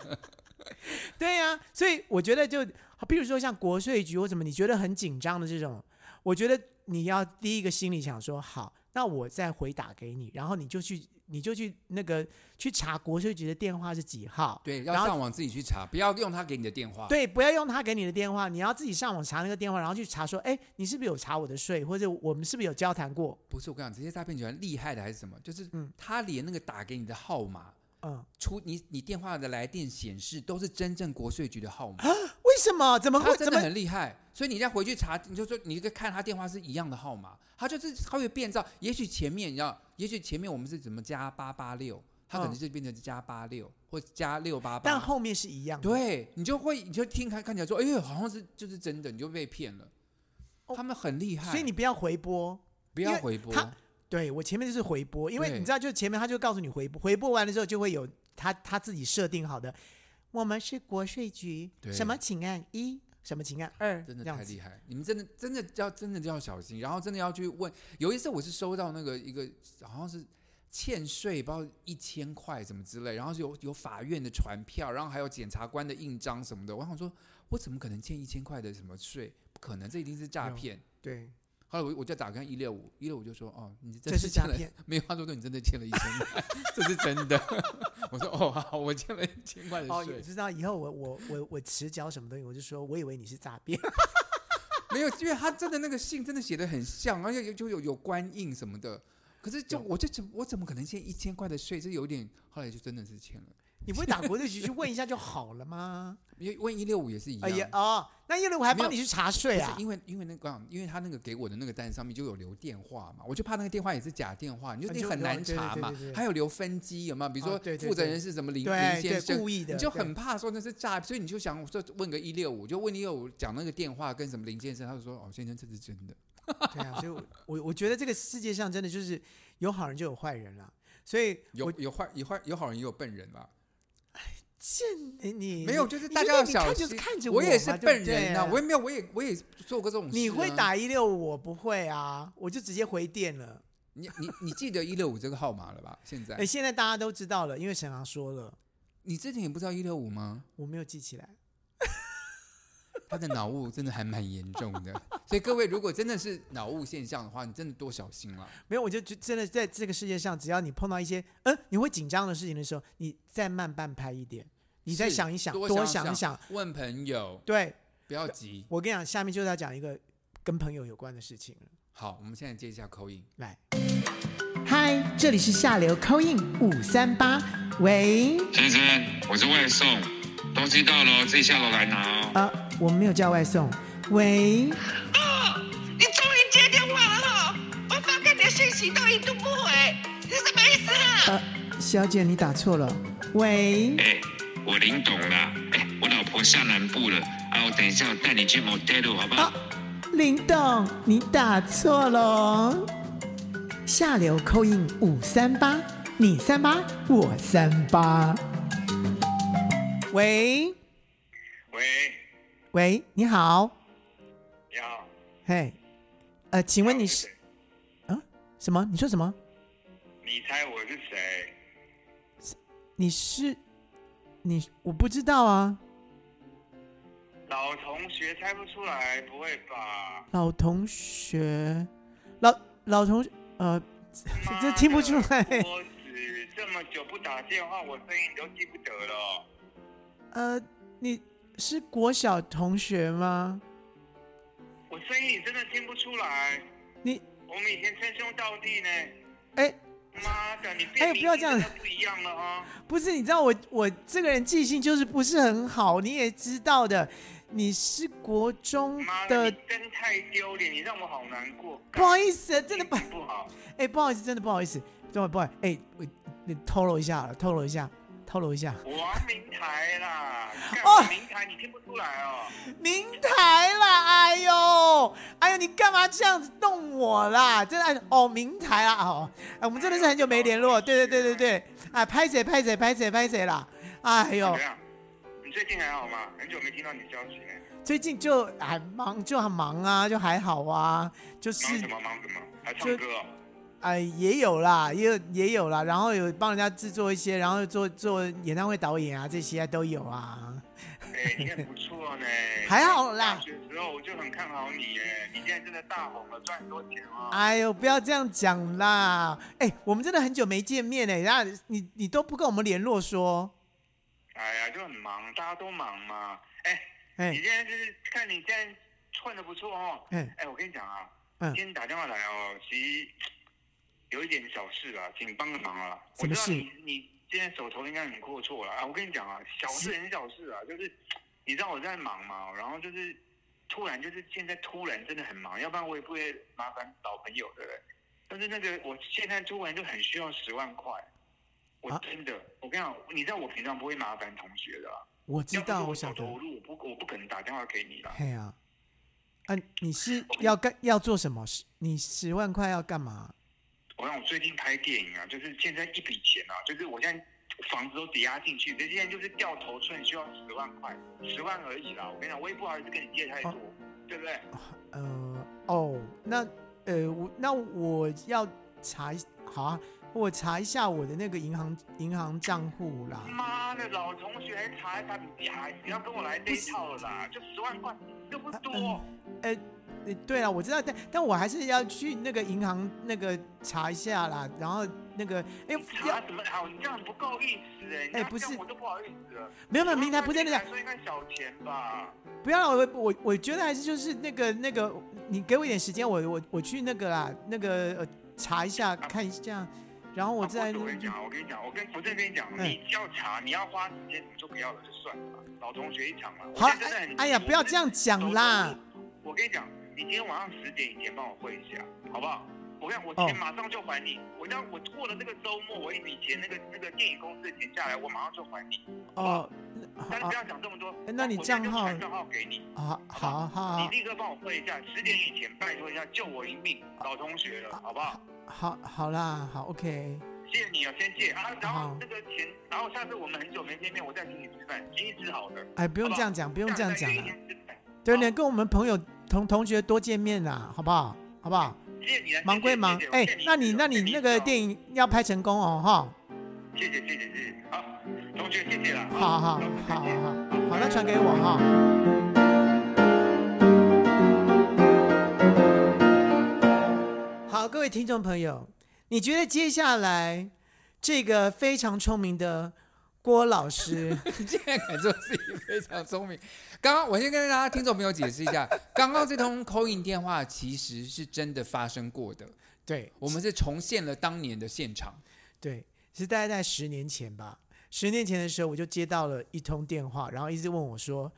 [SPEAKER 1] 对呀、所以我觉得就，比如说像国税局或什么，你觉得很紧张的这种，我觉得你要第一个心里想说，好，那我再回打给你，然后你就去，你就去那个去查国税局的电话是几号，
[SPEAKER 3] 对，要
[SPEAKER 1] 然后
[SPEAKER 3] 上网自己去查，不要用他给你的电话。，
[SPEAKER 1] 对，不要用他给你的电话，你要自己上网查那个电话，然后去查说，哎，你是不是有查我的税，或者我们是不是有交谈过？
[SPEAKER 3] 不是我跟你讲，这些诈骗集团厉害的还是什么？就是
[SPEAKER 1] 嗯
[SPEAKER 3] 他连那个打给你的号码
[SPEAKER 1] 嗯，
[SPEAKER 3] 出你你电话的来电显示都是真正国税局的号码，
[SPEAKER 1] 为什么？怎么
[SPEAKER 3] 他
[SPEAKER 1] 会？啊怎
[SPEAKER 3] 真的
[SPEAKER 1] 么？
[SPEAKER 3] 很厉害。所以你再回去查，你就说你就看他电话是一样的号码，他就是他会变造。也许前面你知道，也许前面我们是怎么加八八六，他可能
[SPEAKER 1] 嗯
[SPEAKER 3] 就变成加八六或加六八
[SPEAKER 1] 但
[SPEAKER 3] 八。
[SPEAKER 1] 后面是一样的。
[SPEAKER 3] 对你就会你就听看看起来说，哎呦，好像是就是真的，你就被骗了。
[SPEAKER 1] 哦
[SPEAKER 3] 他们很厉害，
[SPEAKER 1] 所以你不要回拨。
[SPEAKER 3] 不
[SPEAKER 1] 因
[SPEAKER 3] 要
[SPEAKER 1] 为
[SPEAKER 3] 回拨。
[SPEAKER 1] 他对我前面就是回拨，因为
[SPEAKER 3] 对
[SPEAKER 1] 你知道，就前面他就告诉你回拨，回拨完了之后就会有他他自己设定好的，我们是国税局，
[SPEAKER 3] 对
[SPEAKER 1] 什么请按一，什么请按二，
[SPEAKER 3] 真
[SPEAKER 1] 这
[SPEAKER 3] 的
[SPEAKER 1] 样
[SPEAKER 3] 太
[SPEAKER 1] 子
[SPEAKER 3] 厉害！你们真的真的要真的要小心，然后真的要去问。有一次我是收到那个一个好像是欠税，不知道一千块什么之类，然后是有有法院的传票，然后还有检察官的印章什么的。我想说，我怎么可能欠一千块的什么税？不可能，这一定是诈
[SPEAKER 1] 有
[SPEAKER 3] 骗。
[SPEAKER 1] 对，
[SPEAKER 3] 后来我我就打开一六五，一六五就说哦，你真
[SPEAKER 1] 这
[SPEAKER 3] 的
[SPEAKER 1] 是诈
[SPEAKER 3] 欠了
[SPEAKER 1] 骗，
[SPEAKER 3] 没话说，对你真的欠了一千块， 这是真的。我说哦，好，我欠了一千块
[SPEAKER 1] 哦，
[SPEAKER 3] 的税
[SPEAKER 1] 也，知道以后我我我我迟交什么东西，我就说我以为你是诈骗，
[SPEAKER 3] 没有，因为他真的那个信真的写的很像，而且有就有有官印什么的。可是就
[SPEAKER 1] 有
[SPEAKER 3] 我就怎我怎么可能欠一千块的税？这有点，后来就真的是欠了。
[SPEAKER 1] 你不会打国税局去问一下就好了吗？
[SPEAKER 3] 因为问一六五也是 哎一
[SPEAKER 1] 哎
[SPEAKER 3] 样，
[SPEAKER 1] 呀哦，那叶六还帮
[SPEAKER 3] 没
[SPEAKER 1] 你
[SPEAKER 3] 有
[SPEAKER 1] 去查税
[SPEAKER 3] 不
[SPEAKER 1] 啊
[SPEAKER 3] 是？因为因为那个，因为他那个给我的那个单上面就有留电话嘛，我就怕那个电话也是假电话，你就
[SPEAKER 1] 啊
[SPEAKER 3] 你
[SPEAKER 1] 就
[SPEAKER 3] 很
[SPEAKER 1] 有
[SPEAKER 3] 难
[SPEAKER 1] 对对
[SPEAKER 3] 查
[SPEAKER 1] 对
[SPEAKER 3] 嘛
[SPEAKER 1] 对对。
[SPEAKER 3] 还有留分机有没有？比如
[SPEAKER 1] 哦
[SPEAKER 3] 说
[SPEAKER 1] 对对
[SPEAKER 3] 负责
[SPEAKER 1] 对
[SPEAKER 3] 人是什么林林
[SPEAKER 1] 对
[SPEAKER 3] 先
[SPEAKER 1] 对，
[SPEAKER 3] 生，
[SPEAKER 1] 故意的，
[SPEAKER 3] 你就
[SPEAKER 1] 对
[SPEAKER 3] 很怕说那是诈，所以你就想我说问个一六五，就问一六五讲那个电话跟什么林先生，他就说哦先生这是真的。
[SPEAKER 1] 对啊，所以我我我觉得这个世界上真的就是有好人就有坏人啦，所以
[SPEAKER 3] 有
[SPEAKER 1] 我
[SPEAKER 3] 有坏有坏有好人也有笨人啦，
[SPEAKER 1] 贱你哎你
[SPEAKER 3] 没有，就是大
[SPEAKER 1] 你
[SPEAKER 3] 家要
[SPEAKER 1] 你
[SPEAKER 3] 小
[SPEAKER 1] 看就
[SPEAKER 3] 心
[SPEAKER 1] 是。看着
[SPEAKER 3] 我
[SPEAKER 1] 我
[SPEAKER 3] 也
[SPEAKER 1] 嘛
[SPEAKER 3] 是
[SPEAKER 1] 对不
[SPEAKER 3] 笨人
[SPEAKER 1] 对啊
[SPEAKER 3] 呐、我也没有，我也我也做过这种事、啊
[SPEAKER 1] 你会？打一六，我不会啊，我就直接回电了。
[SPEAKER 3] 你你你记得一六五这个号码了吧？现在
[SPEAKER 1] 哎，现在大家都知道了，因为沈航说了，
[SPEAKER 3] 你之前也不知道一六五吗？
[SPEAKER 1] 我没有记起来。
[SPEAKER 3] 他的脑雾真的还蛮严重的， 所以各位如果真的是脑雾现象的话，你真的多小心啊了。
[SPEAKER 1] 没有，我就觉真的在这个世界上，只要你碰到一些呃你会紧张的事情的时候，你再慢半拍一点，你再
[SPEAKER 3] 是
[SPEAKER 1] 想一想，
[SPEAKER 3] 多
[SPEAKER 1] 多
[SPEAKER 3] 想
[SPEAKER 1] 想一
[SPEAKER 3] 想
[SPEAKER 1] 想。
[SPEAKER 3] 问朋友，
[SPEAKER 1] 对
[SPEAKER 3] 不要急。
[SPEAKER 1] 我跟你讲，下面就是要讲一个跟朋友有关的事情了。
[SPEAKER 3] 好，我们现在接一下口音。
[SPEAKER 1] 来，嗨，这里是下流 coin 五三八，喂，
[SPEAKER 4] 先生，我是外送，东西到了哦自己下楼来拿哦。
[SPEAKER 1] 啊，我们没有叫外送，喂，
[SPEAKER 5] 哦，你终于接电话了哈、我发给你的信息都一度不回，你什么意思啊？
[SPEAKER 1] 呃，小姐你打错了，喂，
[SPEAKER 4] 哎、我领懂了，哎、我老婆下南部了，啊，我等一下我带你去 motel 好不好？
[SPEAKER 1] 啊，林董你打错了哦，下流 coin 五三八，你三八我三八，喂
[SPEAKER 4] 喂，
[SPEAKER 1] 喂，你好，
[SPEAKER 4] 你好，
[SPEAKER 1] 嘿，呃，请问你是啊什么？你说什么？
[SPEAKER 4] 你猜我是谁？
[SPEAKER 1] 你是你，我不知道啊，
[SPEAKER 4] 老同学猜不出来，不会吧？
[SPEAKER 1] 老同学，老老同呃， 这这听不出来，
[SPEAKER 4] 我只这么久不打电话，我声音你都记不得了。
[SPEAKER 1] 呃，你是国小同学吗？
[SPEAKER 4] 我声音你真的听不出来？
[SPEAKER 1] 你
[SPEAKER 4] 我们以前称兄道弟呢。
[SPEAKER 1] 哎、
[SPEAKER 4] 妈的，你
[SPEAKER 1] 哎
[SPEAKER 4] 变
[SPEAKER 1] 不要这样
[SPEAKER 4] 名字真的不一样了啊！
[SPEAKER 1] 不是，你知道我我这个人记性就是不是很好，你也知道的，你是国中
[SPEAKER 4] 妈的，
[SPEAKER 1] 的
[SPEAKER 4] 你，真太丢脸，你让我好难过。
[SPEAKER 1] 不好意思，真的不
[SPEAKER 4] 心情不好。
[SPEAKER 1] 哎、不好意思，真的不好意思，真的不好意思，哎、我你透露一下好了，透露一下，透露一下，
[SPEAKER 4] 王明台啦，干
[SPEAKER 1] 哦
[SPEAKER 4] 王明台你听不出来哦？
[SPEAKER 1] 明台啦，哎呦，哎呦，你干嘛这样子动我啦？真的哎哦，明台啦，哦，哎，我们真的是很久没联络，对对对对对，哎，拍谁拍谁拍谁拍谁啦，哎
[SPEAKER 4] 怎
[SPEAKER 1] 呦
[SPEAKER 4] 么，样？你最近还好吗？很久没听到你消息呢。
[SPEAKER 1] 最近就还忙就很忙啊，就还好啊，就是
[SPEAKER 4] 忙什么忙什么？还唱
[SPEAKER 1] 就
[SPEAKER 4] 歌 哦？
[SPEAKER 1] 哎也有啦，也有也有啦，然后有帮人家制作一些，然后做做演唱会导演啊，这些都有啊。。
[SPEAKER 4] 哎，你很不错呢
[SPEAKER 1] 还好啦
[SPEAKER 4] 大学时候我就很看好你耶，你现在真的大红了，赚很多钱哦。
[SPEAKER 1] 哎呦，不要这样讲啦！哎，我们真的很久没见面哎，然后你你都不跟我们联络说，
[SPEAKER 4] 哎呀，就很忙，大家都忙嘛。哎，你
[SPEAKER 1] 哎
[SPEAKER 4] 现在就是看你现在混的不错哦。
[SPEAKER 1] 哎
[SPEAKER 4] 哎，我跟你讲啊，
[SPEAKER 1] 嗯
[SPEAKER 4] 今天打电话来哦，其实有一点小事啊，请帮个忙啊。
[SPEAKER 1] 什
[SPEAKER 4] 我
[SPEAKER 1] 么
[SPEAKER 4] 知道
[SPEAKER 1] 事
[SPEAKER 4] 你你今天手头应该很阔绰了啊。我跟你讲啊，小事很小事啊，就是你知道我在忙嘛，然后就是突然就是现在突然真的很忙，要不然我也不会麻烦老朋友，对不对？但是那个我现在突然就很需要十万块，我
[SPEAKER 1] 啊
[SPEAKER 4] 真的，我跟你讲，你知道我平常不会麻烦同学的啊、
[SPEAKER 1] 我知
[SPEAKER 4] 要
[SPEAKER 1] 道，
[SPEAKER 4] 不
[SPEAKER 1] 我
[SPEAKER 4] 是
[SPEAKER 1] 晓
[SPEAKER 4] 我
[SPEAKER 1] 得
[SPEAKER 4] 走。投无路，我不我不可能打电话给你啦。
[SPEAKER 1] 嘿啊，啊，你是要干要做什么？是你十万块要干嘛？
[SPEAKER 4] 我让我最近拍电影啊，就是现在一笔钱啊，就是我现在房子都抵押进去，这现在就是掉头寸，需要十万块，十万而已啦。我跟你讲，我也不好意思跟你借太多，
[SPEAKER 1] 哦
[SPEAKER 4] 对不对？
[SPEAKER 1] 呃，哦，那呃，我那我要查一好啊，我查一下我的那个银行银行账户啦。
[SPEAKER 4] 妈的，老同学还查一查你还不要跟我来这一套了啦，就十万块又
[SPEAKER 1] 啊
[SPEAKER 4] 不多。
[SPEAKER 1] 呃，呃对了，我知道，但但我还是要去那个银行那个查一下啦，然后那个哎要
[SPEAKER 4] 查什么好？你这样不够意思哎、你这
[SPEAKER 1] 哎
[SPEAKER 4] 样
[SPEAKER 1] 不是
[SPEAKER 4] 这样我都不好意思了。
[SPEAKER 1] 没有没有，明台不是那
[SPEAKER 4] 对你
[SPEAKER 1] 个
[SPEAKER 4] 来，说应该小钱吧？
[SPEAKER 1] 不要了，我我我觉得还是就是那个那个，你给我一点时间，我我我去那个啦，那个、呃、查一下看一下，然后我
[SPEAKER 4] 啊
[SPEAKER 1] 再
[SPEAKER 4] 不是我跟你讲，我跟你讲，我跟我真的跟你讲，
[SPEAKER 1] 嗯
[SPEAKER 4] 你要查，你要花时间，你就不要了，就算了吧，老同学一场了。
[SPEAKER 1] 好
[SPEAKER 4] 我现在真的
[SPEAKER 1] 哎
[SPEAKER 4] 很，
[SPEAKER 1] 哎呀，不要这样讲啦，。
[SPEAKER 4] 我跟你讲，你今天晚上十点以前帮我汇一下，好不好？我跟你讲，我钱
[SPEAKER 1] 哦
[SPEAKER 4] 马上就还你。我让我过了这个周末，我一笔钱那个那个电影公司的钱下来，我马上就还你。
[SPEAKER 1] 哦，
[SPEAKER 4] 但是
[SPEAKER 1] 好
[SPEAKER 4] 不要讲这么多
[SPEAKER 1] 哎，那你
[SPEAKER 4] 我现在就
[SPEAKER 1] 账号
[SPEAKER 4] 传账号给你，
[SPEAKER 1] 好好好
[SPEAKER 4] 你
[SPEAKER 1] 好
[SPEAKER 4] 立刻帮我汇一下，十点以前拜托一下，救我一命，老同学了，好不好？
[SPEAKER 1] 好好啦，好 OK，
[SPEAKER 4] 谢谢你哦，先谢啊。然后
[SPEAKER 1] 好
[SPEAKER 4] 那个钱，然后下次我们很久没见面，我再请你吃饭，请你吃好的，
[SPEAKER 1] 哎，不用
[SPEAKER 4] 好不好
[SPEAKER 1] 这样讲，不用这样讲
[SPEAKER 4] 下次再约
[SPEAKER 1] 了
[SPEAKER 4] 一。天吃饭
[SPEAKER 1] 对，
[SPEAKER 4] 好
[SPEAKER 1] 能跟我们朋友同同学多见面啦，好不好？好不好？
[SPEAKER 4] 谢谢你啊，
[SPEAKER 1] 忙归忙，哎、那你那你那个电
[SPEAKER 4] 影，
[SPEAKER 1] 影要拍成功哦，哈。
[SPEAKER 4] 谢谢谢谢谢谢，好，同学谢谢了，
[SPEAKER 1] 好好好好好好，那传给我哈。好，各位听众朋友，你觉得接下来这个非常聪明的郭老师，
[SPEAKER 3] 现在感受自己非常聪明。刚刚我先跟大家听众朋友解释一下， 刚刚这通口音电话其实是真的发生过的，
[SPEAKER 1] 对
[SPEAKER 3] 我们是重现了当年的现场。
[SPEAKER 1] 对，是大概在十年前吧。十年前的时候，我就接到了一通电话，然后一直问我说：“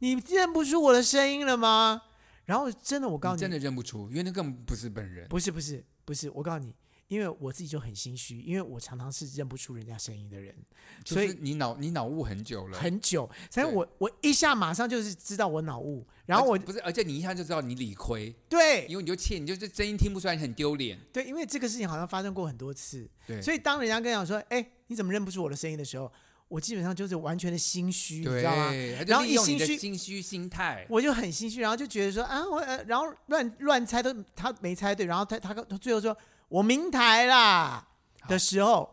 [SPEAKER 1] 你认不出我的声音了吗？”然后真的，我告诉你，
[SPEAKER 3] 你真的认不出，因为那根本不是本人。
[SPEAKER 1] 不是不是不是，我告诉你，因为我自己就很心虚，因为我常常是认不出人家声音的人，所
[SPEAKER 3] 就
[SPEAKER 1] 以
[SPEAKER 3] 是你脑你脑雾很久了，
[SPEAKER 1] 很久，所以
[SPEAKER 3] 对
[SPEAKER 1] 我我一下马上就是知道我脑雾，然后我
[SPEAKER 3] 而且不是，而且你一下就知道你理亏，
[SPEAKER 1] 对
[SPEAKER 3] 因为你就欠，你就这声音听不出来，你很丢脸。
[SPEAKER 1] 对，因为这个事情好像发生过很多次，
[SPEAKER 3] 对，
[SPEAKER 1] 所以当人家跟我讲说，哎，你怎么认不出我的声音的时候，我基本上就是完全的心虚，你
[SPEAKER 3] 对，
[SPEAKER 1] 知道吗？
[SPEAKER 3] 他就
[SPEAKER 1] 然后
[SPEAKER 3] 利
[SPEAKER 1] 一
[SPEAKER 3] 用你
[SPEAKER 1] 心
[SPEAKER 3] 的
[SPEAKER 1] 虚
[SPEAKER 3] 心虚心态，
[SPEAKER 1] 我就很心虚，然后就觉得说啊，我呃，然后乱乱猜都他没猜对，然后他他他最后说我明台啦
[SPEAKER 3] 好
[SPEAKER 1] 的时候，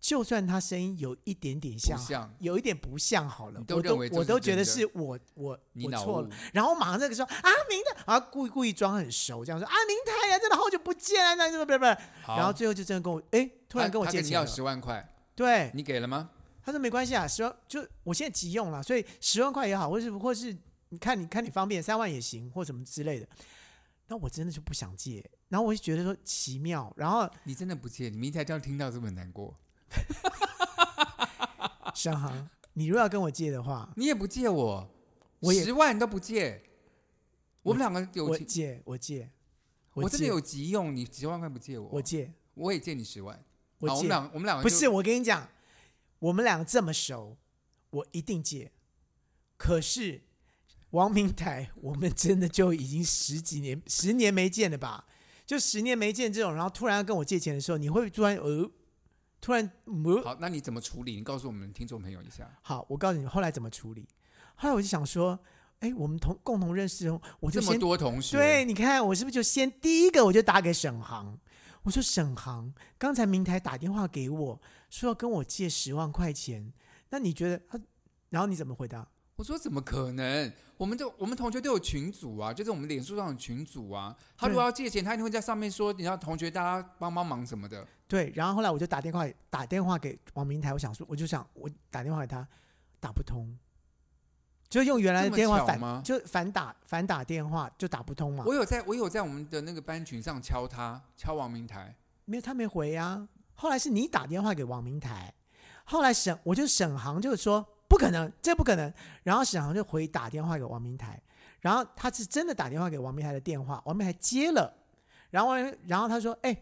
[SPEAKER 1] 就算他声音有一点点像，
[SPEAKER 3] 像
[SPEAKER 1] 有一点不像好了
[SPEAKER 3] 你，都
[SPEAKER 1] 我
[SPEAKER 3] 认
[SPEAKER 1] 都
[SPEAKER 3] 为这
[SPEAKER 1] 我
[SPEAKER 3] 是
[SPEAKER 1] 都觉
[SPEAKER 3] 真
[SPEAKER 1] 得
[SPEAKER 3] 的
[SPEAKER 1] 是我我
[SPEAKER 3] 你
[SPEAKER 1] 我
[SPEAKER 3] 脑
[SPEAKER 1] 错
[SPEAKER 3] 雾
[SPEAKER 1] 了，然后马上这个说啊明台，然后故意故意装很熟这样说啊明台呀，真的好久不见啊，那这个不不，
[SPEAKER 3] 好
[SPEAKER 1] 然后最后就真的跟我哎突然
[SPEAKER 3] 他
[SPEAKER 1] 跟我
[SPEAKER 3] 他
[SPEAKER 1] 借
[SPEAKER 3] 你
[SPEAKER 1] 钱
[SPEAKER 3] 要
[SPEAKER 1] 了，
[SPEAKER 3] 十万块，
[SPEAKER 1] 对，
[SPEAKER 3] 你给了吗？
[SPEAKER 1] 他说没关系啊，十万就我现在急用了，所以十万块也好，或是或是你看你看你方便，三万也行，或什么之类的。那我真的就不想借，然后我就觉得说奇妙，然后
[SPEAKER 3] 你真的不借，你明天这样听到是不是很难过？
[SPEAKER 1] 商行，你如果要跟我借的话，
[SPEAKER 3] 你也不借我，
[SPEAKER 1] 我也
[SPEAKER 3] 十万你都不借，我们两个 有
[SPEAKER 1] 我
[SPEAKER 3] 情，
[SPEAKER 1] 借我借，
[SPEAKER 3] 我真的
[SPEAKER 1] 借
[SPEAKER 3] 有急用，你十万块不借我，
[SPEAKER 1] 我借
[SPEAKER 3] 我也借你十万，
[SPEAKER 1] 我
[SPEAKER 3] 好我们
[SPEAKER 1] 借，
[SPEAKER 3] 两我们两个
[SPEAKER 1] 不
[SPEAKER 3] 啊就是
[SPEAKER 1] 我跟你讲，我们俩这么熟，我一定借。可是王明台， 我们真的就已经十几年、十年没见了吧？就十年没见这种，然后突然要跟我借钱的时候，你会突然呃，突然呃
[SPEAKER 3] 好，那你怎么处理？你告诉我们听众朋友一下。
[SPEAKER 1] 好，我告诉你后来怎么处理。后来我就想说，哎，我们同共同认识的人，我就
[SPEAKER 3] 这么
[SPEAKER 1] 先
[SPEAKER 3] 多同学，
[SPEAKER 1] 对，，你看我是不是就先第一个我就打给沈航？我说沈航，刚才明台打电话给我说要跟我借十万块钱，那你觉得他？然后你怎么回答？
[SPEAKER 3] 我说怎么可能？我们都我们同学都有群组啊，就是我们脸书上有群组啊。他如果要借钱，他一定会在上面说，你要同学大家帮帮忙什么的。
[SPEAKER 1] 对，然后后来我就打电话打电话给王明台，我想说，我就想我打电话给他，打不通，就用原来
[SPEAKER 3] 这
[SPEAKER 1] 的
[SPEAKER 3] 么
[SPEAKER 1] 电话
[SPEAKER 3] 巧
[SPEAKER 1] 反
[SPEAKER 3] 吗
[SPEAKER 1] 就反打反打电话就打不通嘛
[SPEAKER 3] 我，有在我有在我们的那个班群上敲他，敲王明台。
[SPEAKER 1] 没有他没回啊。后来是你打电话给王明台，后来沈我就沈航就说不可能，这不可能。然后沈航就回打电话给王明台，然后他是真的打电话给王明台的电话，王明台接了，然后王然后他说：“哎、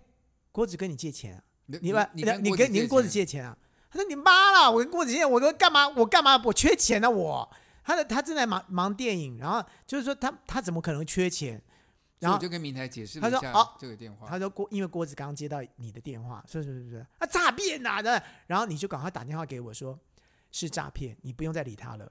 [SPEAKER 1] 郭子跟你借钱、啊，
[SPEAKER 3] 你
[SPEAKER 1] 你把
[SPEAKER 3] 你
[SPEAKER 1] 你
[SPEAKER 3] 郭子
[SPEAKER 1] 跟你跟郭子
[SPEAKER 3] 钱，
[SPEAKER 1] 借钱啊？”他说：“你妈啦，我跟郭子借，我跟干嘛？我干嘛？我缺钱呢、我。”他的他正在忙忙电影，然后就是说他他怎么可能缺钱？然
[SPEAKER 3] 所以
[SPEAKER 1] 后
[SPEAKER 3] 我就跟明台解释
[SPEAKER 1] 他
[SPEAKER 3] 了一
[SPEAKER 1] 说
[SPEAKER 3] 下
[SPEAKER 1] 哦
[SPEAKER 3] 这个电话。
[SPEAKER 1] 他说郭，因为郭子刚刚接到你的电话，说是是是啊诈骗呐、的，然后你就赶快打电话给我说是诈骗，你不用再理他了。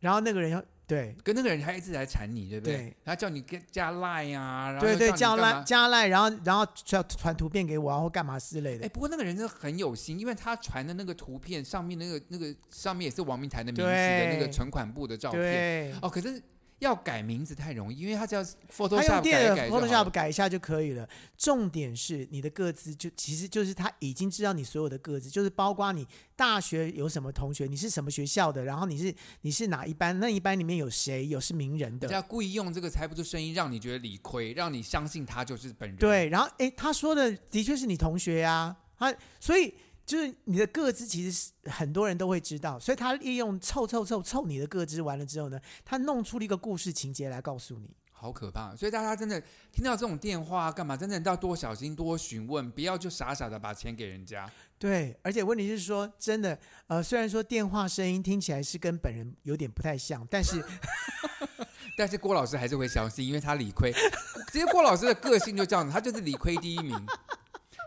[SPEAKER 1] 然后那个人要对
[SPEAKER 3] 跟那个人还一直在缠你，对不
[SPEAKER 1] 对？
[SPEAKER 3] 他叫你跟加赖啊，然后
[SPEAKER 1] 对
[SPEAKER 3] 又
[SPEAKER 1] 对
[SPEAKER 3] 叫
[SPEAKER 1] 加
[SPEAKER 3] 你干
[SPEAKER 1] 赖
[SPEAKER 3] 嘛。
[SPEAKER 1] 加赖，然后然后传传图片给我啊，或干嘛之类
[SPEAKER 3] 哎，
[SPEAKER 1] 的。
[SPEAKER 3] 不过那个人真的很有心，因为他传的那个图片上面那个那个上面也是王明台的名字的
[SPEAKER 1] 对
[SPEAKER 3] 那个存款簿的照片。
[SPEAKER 1] 对，
[SPEAKER 3] 哦，可是要改名字太容易，因为他只要
[SPEAKER 1] 他
[SPEAKER 3] Photoshop
[SPEAKER 1] 用
[SPEAKER 3] 改
[SPEAKER 1] 电
[SPEAKER 3] 一
[SPEAKER 1] 脑
[SPEAKER 3] 改就好了
[SPEAKER 1] Photoshop 改一下就可以了。重点是你的个资就其实就是他已经知道你所有的个资，就是包括你大学有什么同学，你是什么学校的，然后你是你是哪一班，那一班里面有谁，有是名人的
[SPEAKER 3] 人。家故意用这个猜不出声音，让你觉得理亏，让你相信他就是本人。，
[SPEAKER 1] 对，然后诶，他说的的确是你同学呀、啊，他所以就是你的个资其实是很多人都会知道，所以他利用凑凑凑凑你的个资完了之后呢，他弄出了一个故事情节来告诉你。
[SPEAKER 3] 好可怕。所以大家真的听到这种电话啊干嘛？真的要多小心，多询问，不要就傻傻的把钱给人家。
[SPEAKER 1] 对，而且问题是说真的，呃，虽然说电话声音听起来是跟本人有点不太像，但是
[SPEAKER 3] 但是郭老师还 是会相信，因为他理亏。其实郭老师的个性就这样子，他就是理亏第一名。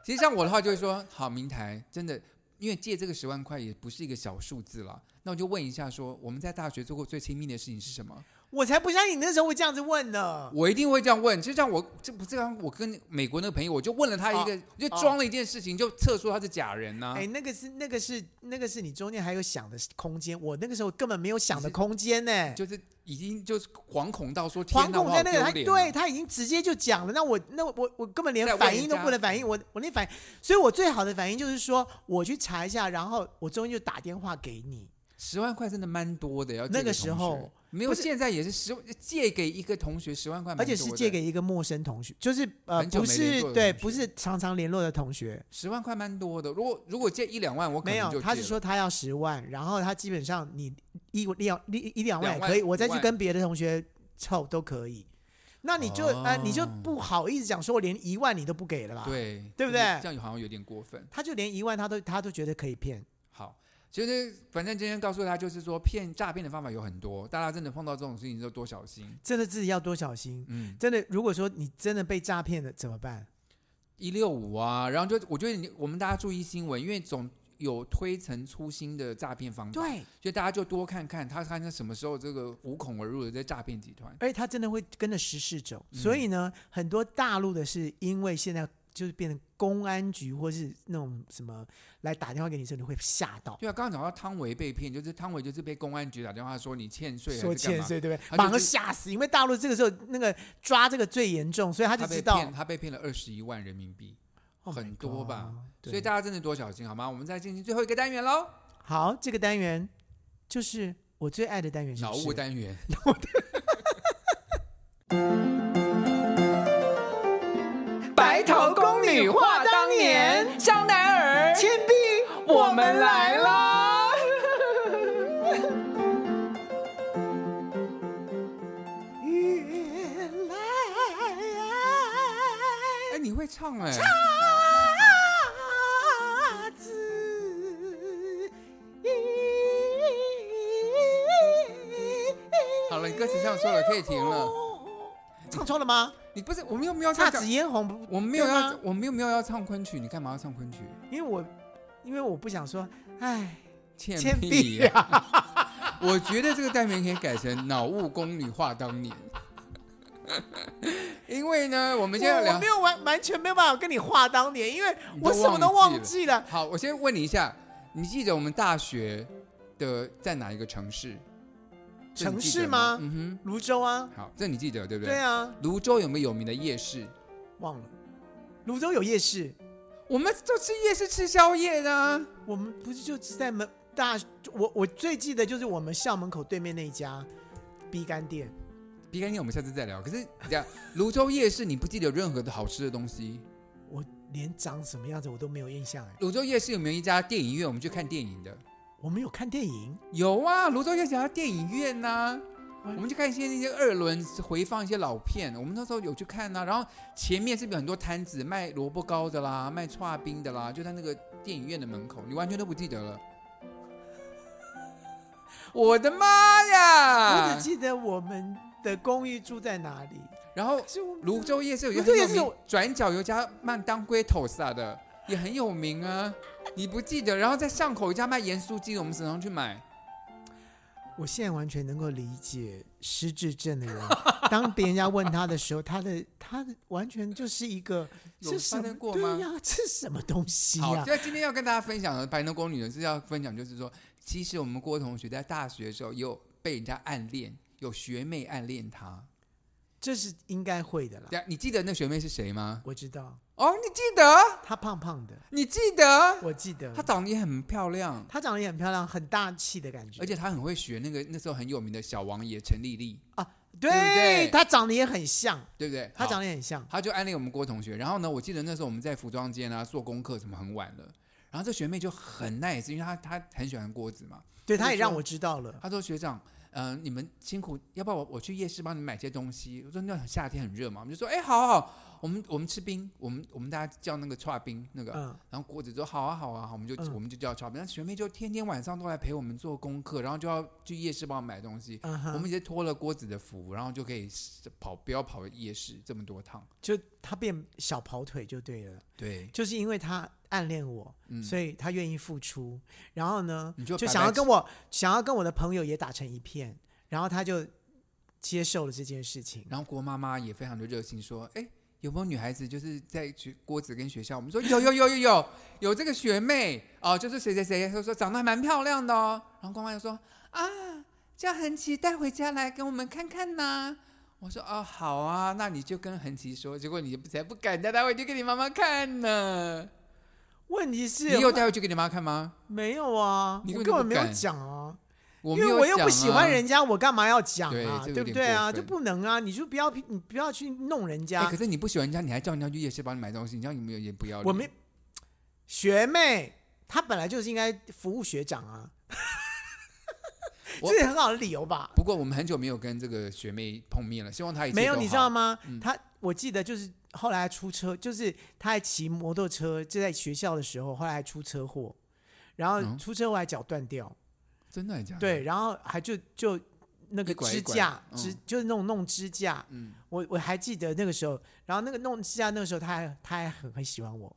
[SPEAKER 3] 其实像我的话就会说，好，明台真的，因为借这个十万块也不是一个小数字了，那我就问一下说，我们在大学做过最亲密的事情是什么？
[SPEAKER 1] 我才不相信你那时候会这样子问呢。
[SPEAKER 3] 我一定会这样问。就像我这不这样，我跟美国那个朋友，我就问了他一个，我就装了一件事情，就测出他是假人呐、
[SPEAKER 1] 哦哎、那个是那个是那个是你中间还有想的空间，我那个时候根本没有想的空间呢、
[SPEAKER 3] 就是已经就是惶恐到说，天
[SPEAKER 1] 惶
[SPEAKER 3] 哪，我
[SPEAKER 1] 恐
[SPEAKER 3] 好
[SPEAKER 1] 在那个，
[SPEAKER 3] 丢
[SPEAKER 1] 他
[SPEAKER 3] 脸
[SPEAKER 1] 对
[SPEAKER 3] 哦。
[SPEAKER 1] 他已经直接就讲了，那我那我我根本连
[SPEAKER 3] 再问
[SPEAKER 1] 反
[SPEAKER 3] 一
[SPEAKER 1] 应都
[SPEAKER 3] 下
[SPEAKER 1] 不能反应，我我连反应，所以我最好的反应就是说我去查一下，然后我中间就打电话给你，
[SPEAKER 3] 十万块真的蛮多的，要借
[SPEAKER 1] 那个
[SPEAKER 3] 给
[SPEAKER 1] 时
[SPEAKER 3] 同学
[SPEAKER 1] 候
[SPEAKER 3] 没有，
[SPEAKER 1] 不是
[SPEAKER 3] 现在也是十借给一个同学十万啊块蛮
[SPEAKER 1] 而
[SPEAKER 3] 多的，
[SPEAKER 1] 且是借给一个陌生同学，就是呃
[SPEAKER 3] 很久
[SPEAKER 1] 不
[SPEAKER 3] 没联
[SPEAKER 1] 是
[SPEAKER 3] 络的
[SPEAKER 1] 对
[SPEAKER 3] 同
[SPEAKER 1] 不
[SPEAKER 3] 学
[SPEAKER 1] 是常常联络的同学，
[SPEAKER 3] 十万块蛮多的。如果如果借一两万，我哦可
[SPEAKER 1] 没
[SPEAKER 3] 能就
[SPEAKER 1] 有，他
[SPEAKER 3] 借
[SPEAKER 1] 是
[SPEAKER 3] 了
[SPEAKER 1] 说他要十万，然后他基本上你一两一一两万
[SPEAKER 3] 两
[SPEAKER 1] 也
[SPEAKER 3] 万
[SPEAKER 1] 可以，我再
[SPEAKER 3] 五
[SPEAKER 1] 去
[SPEAKER 3] 万
[SPEAKER 1] 跟别的同学凑都可以。那你就啊、呃你就
[SPEAKER 3] 哦
[SPEAKER 1] 不好意思讲说，我连一万你都不给了吧？，
[SPEAKER 3] 对
[SPEAKER 1] 对不
[SPEAKER 3] 就是
[SPEAKER 1] 对
[SPEAKER 3] 这样好像有点过分。
[SPEAKER 1] 他就连一万他都他都觉得可以骗。
[SPEAKER 3] 好，其实反正今天告诉大家，就是说骗诈骗的方法有很多，大家真的碰到这种事情就多小心。
[SPEAKER 1] 真的自己要多小心。
[SPEAKER 3] 嗯，
[SPEAKER 1] 真的，如果说你真的被诈骗了怎么办？
[SPEAKER 3] 一六五啊，然后就我觉得你我们大家注意新闻，因为总有推陈出新的诈骗方法，，
[SPEAKER 1] 对，
[SPEAKER 3] 所以大家就多看看他看看什么时候这个无孔而入的这诈骗集团。
[SPEAKER 1] 而且他真的会跟着时事走。
[SPEAKER 3] 嗯
[SPEAKER 1] 所以呢，很多大陆的是因为现在就是变成公安局或是那种什么来打电话给你的时候，你会吓到，
[SPEAKER 3] 对啊，刚刚讲到汤唯被骗，就是汤唯就是被公安局打电话说你欠税
[SPEAKER 1] 说
[SPEAKER 3] 还是干
[SPEAKER 1] 欠
[SPEAKER 3] 嘛，
[SPEAKER 1] 税对不对？
[SPEAKER 3] 他
[SPEAKER 1] 马
[SPEAKER 3] 就
[SPEAKER 1] 上
[SPEAKER 3] 是
[SPEAKER 1] 吓死，因为大陆这个时候那个抓这个最严重，所以他就
[SPEAKER 3] 他
[SPEAKER 1] 知
[SPEAKER 3] 被
[SPEAKER 1] 道
[SPEAKER 3] 骗，他被骗了二十一万人民币，
[SPEAKER 1] Oh my
[SPEAKER 3] 很多吧
[SPEAKER 1] God，
[SPEAKER 3] 所
[SPEAKER 1] 对
[SPEAKER 3] 以大家真的多小心好吗？我们再进行最后一个单元喽，
[SPEAKER 1] 好，这个单元就是我最爱的单元，是
[SPEAKER 3] 脑
[SPEAKER 1] 不
[SPEAKER 3] 雾
[SPEAKER 1] 是？
[SPEAKER 3] 单元。
[SPEAKER 2] 白头宫女话当年，香奈儿，
[SPEAKER 1] 铅笔，
[SPEAKER 2] 我们来啦！
[SPEAKER 1] 原来
[SPEAKER 3] 哎，你会唱哎、
[SPEAKER 1] 大字
[SPEAKER 3] 好了，你歌词唱错了，可以停了。
[SPEAKER 1] 哦唱错了吗？
[SPEAKER 3] 你不是我们又没有
[SPEAKER 1] 姹
[SPEAKER 3] 唱，
[SPEAKER 1] 紫嫣红不，
[SPEAKER 3] 我们没有
[SPEAKER 1] 对
[SPEAKER 3] 要
[SPEAKER 1] 吗，，
[SPEAKER 3] 我们又没有要唱昆曲，你干嘛要唱昆曲？
[SPEAKER 1] 因为我因为我不想说，哎，
[SPEAKER 3] 倩
[SPEAKER 1] 铅
[SPEAKER 3] 碧
[SPEAKER 1] 笔
[SPEAKER 3] 呀、 我觉得这个单元可以改成“脑雾宫女话当年”， 因为呢，我们现在
[SPEAKER 1] 我我
[SPEAKER 3] 聊
[SPEAKER 1] 没。有完完全没有办法跟你话当年，因为
[SPEAKER 3] 你都
[SPEAKER 1] 我什么都
[SPEAKER 3] 忘记
[SPEAKER 1] 忘记了。
[SPEAKER 3] 好，我先问你一下，你记得我们大学的在哪一个城市？这你
[SPEAKER 1] 城
[SPEAKER 3] 记得
[SPEAKER 1] 市吗？
[SPEAKER 3] 吗嗯
[SPEAKER 1] 泸州啊
[SPEAKER 3] 哼，，好，这你记得对不对？
[SPEAKER 1] 对。啊，
[SPEAKER 3] 泸州有没有有名的夜市？
[SPEAKER 1] 忘了，泸州有夜市，
[SPEAKER 3] 我们就吃夜市吃宵夜的啊、
[SPEAKER 1] 我们不是就是在门大，我我最记得就是我们校门口对面那一家逼干店。
[SPEAKER 3] 别干净，我们下次再聊。可是你讲 泸州夜市，你不记得有任何的好吃的东西？
[SPEAKER 1] 我连长什么样子我都没有印象哎，
[SPEAKER 3] 泸州夜市有没有一家电影院？我们去看电影的？
[SPEAKER 1] 我们有看电影，
[SPEAKER 3] 有啊，泸州夜市还有电影院呐、
[SPEAKER 1] 哎
[SPEAKER 3] 我们去看一些那些二轮回放一些老片，我们那时候有去看呐、然后前面是不是有很多摊子卖萝卜糕的啦，卖串冰的啦，就在那个电影院的门口，你完全都不记得了。 我的妈
[SPEAKER 1] 我
[SPEAKER 3] 呀
[SPEAKER 1] 只！记得我们的公寓住在哪里。
[SPEAKER 3] 然后
[SPEAKER 1] 可是我
[SPEAKER 3] 泸州夜市有一个
[SPEAKER 1] 泸州
[SPEAKER 3] 很
[SPEAKER 1] 夜
[SPEAKER 3] 有
[SPEAKER 1] 市
[SPEAKER 3] 名
[SPEAKER 1] 有，
[SPEAKER 3] 转角有一家曼当归头萨的，也很有名啊。你不记得？然后在巷口有一家卖盐酥鸡的，我们常常去买。
[SPEAKER 1] 我现在完全能够理解失智症的人， 当别人家问他的时候，他的他的完全就是一个
[SPEAKER 3] 有
[SPEAKER 1] 是什
[SPEAKER 3] 发
[SPEAKER 1] 么
[SPEAKER 3] 生过
[SPEAKER 1] 对
[SPEAKER 3] 吗
[SPEAKER 1] 呀、这是什么东西
[SPEAKER 3] 好，
[SPEAKER 1] 呀、
[SPEAKER 3] 那今天要跟大家分享的白头宫女呢，是要分享，就是说，其实我们郭同学在大学的时候也有被人家暗恋，有学妹暗恋
[SPEAKER 1] 啊
[SPEAKER 3] 他。
[SPEAKER 1] 这是应该会的啦。
[SPEAKER 3] 对啊，你记得那学妹是谁吗？
[SPEAKER 1] 我知道
[SPEAKER 3] 哦，你记得，
[SPEAKER 1] 他胖胖的，
[SPEAKER 3] 你记得，
[SPEAKER 1] 我记得
[SPEAKER 3] 她长得也很漂亮，
[SPEAKER 1] 他长得也很漂亮，很大气的感觉，
[SPEAKER 3] 而且她很会学那个那时候很有名的小王爷陈丽丽，
[SPEAKER 1] 啊，
[SPEAKER 3] 不对
[SPEAKER 1] 对，他长得也很像，
[SPEAKER 3] 对不对？
[SPEAKER 1] 他
[SPEAKER 3] 好
[SPEAKER 1] 长得也很像。
[SPEAKER 3] 他就暗恋我们郭同学。然后呢，我记得那时候我们在服装间啊做功课，什么很晚了。然后这学妹就很 nice，因为她她很喜欢郭子嘛。
[SPEAKER 1] 对，
[SPEAKER 3] 他
[SPEAKER 1] 他
[SPEAKER 3] 就
[SPEAKER 1] 也让
[SPEAKER 3] 说
[SPEAKER 1] 我知道了。
[SPEAKER 3] 她说学长，嗯、你们辛苦，要不要我我去夜市帮你们买些东西？我说那夏天很热嘛，我们就说哎、好好好，我们我们吃冰，我们我们大家叫那个串冰那个，
[SPEAKER 1] 嗯，
[SPEAKER 3] 然后郭子说好啊好啊，好我们就、
[SPEAKER 1] 嗯
[SPEAKER 3] 我们就叫炒饼。那学妹就天天晚上都来陪我们做功课，然后就要去夜市帮我们买东西。
[SPEAKER 1] 嗯哼
[SPEAKER 3] 我们也托了郭子的福，然后就可以跑不要跑夜市这么多趟。
[SPEAKER 1] 就他变小跑腿就对了，
[SPEAKER 3] 对，
[SPEAKER 1] 就是因为他暗恋我，
[SPEAKER 3] 嗯
[SPEAKER 1] 所以他愿意付出。然后呢，
[SPEAKER 3] 你
[SPEAKER 1] 就
[SPEAKER 3] 就白白
[SPEAKER 1] 想要跟我想要跟我的朋友也打成一片，然后他就接受了这件事情。
[SPEAKER 3] 然后郭妈妈也非常的热心说，哎。有没有女孩子就是在去郭子跟学校？我们说有有有有有有这个学妹哦、就是谁谁谁，她说长得还蛮漂亮的哦。然后郭妈妈就说啊，叫恒琪带回家来给我们看看呐、我说哦好啊，那你就跟恒琪说。结果你才不敢带她回去给你妈妈看呢。
[SPEAKER 1] 问题是
[SPEAKER 3] 你有带回去给你妈看吗？
[SPEAKER 1] 没有啊？
[SPEAKER 3] 你
[SPEAKER 1] 我
[SPEAKER 3] 根本
[SPEAKER 1] 根本
[SPEAKER 3] 就不
[SPEAKER 1] 没有
[SPEAKER 3] 敢
[SPEAKER 1] 讲啊，
[SPEAKER 3] 我
[SPEAKER 1] 因
[SPEAKER 3] 没
[SPEAKER 1] 为
[SPEAKER 3] 有、啊
[SPEAKER 1] 我又不喜欢人
[SPEAKER 3] 家、
[SPEAKER 1] 家，我干嘛要讲
[SPEAKER 3] 对
[SPEAKER 1] 啊？
[SPEAKER 3] 这个有
[SPEAKER 1] 对不
[SPEAKER 3] 点
[SPEAKER 1] 对啊？
[SPEAKER 3] 过
[SPEAKER 1] 就
[SPEAKER 3] 分
[SPEAKER 1] 不能啊！你就不要你不要去弄人家
[SPEAKER 3] 哎可。是你不喜欢人家，你还叫人家去夜市帮你买东西，你这样有没有也不要脸？
[SPEAKER 1] 我们学妹她本来就是应该服务学长啊，
[SPEAKER 3] 我
[SPEAKER 1] 这也很好的理由吧？
[SPEAKER 3] 不过我们很久没有跟这个学妹碰面了，希望她一切
[SPEAKER 1] 没有，
[SPEAKER 3] 都
[SPEAKER 1] 你
[SPEAKER 3] 好
[SPEAKER 1] 知道吗？
[SPEAKER 3] 嗯
[SPEAKER 1] 他我记得就是后来还出车，就是他还骑摩托车，就在学校的时候，后来还出车祸，然后
[SPEAKER 3] 嗯
[SPEAKER 1] 出车祸还脚断掉，
[SPEAKER 3] 真的还假的？
[SPEAKER 1] 对，，然后还就就那个
[SPEAKER 3] 一拐
[SPEAKER 1] 支
[SPEAKER 3] 一拐
[SPEAKER 1] 架，
[SPEAKER 3] 嗯
[SPEAKER 1] 支就是弄弄支架，
[SPEAKER 3] 嗯，
[SPEAKER 1] 我我还记得那个时候，然后那个弄支架那个时候他还他还很很喜欢我，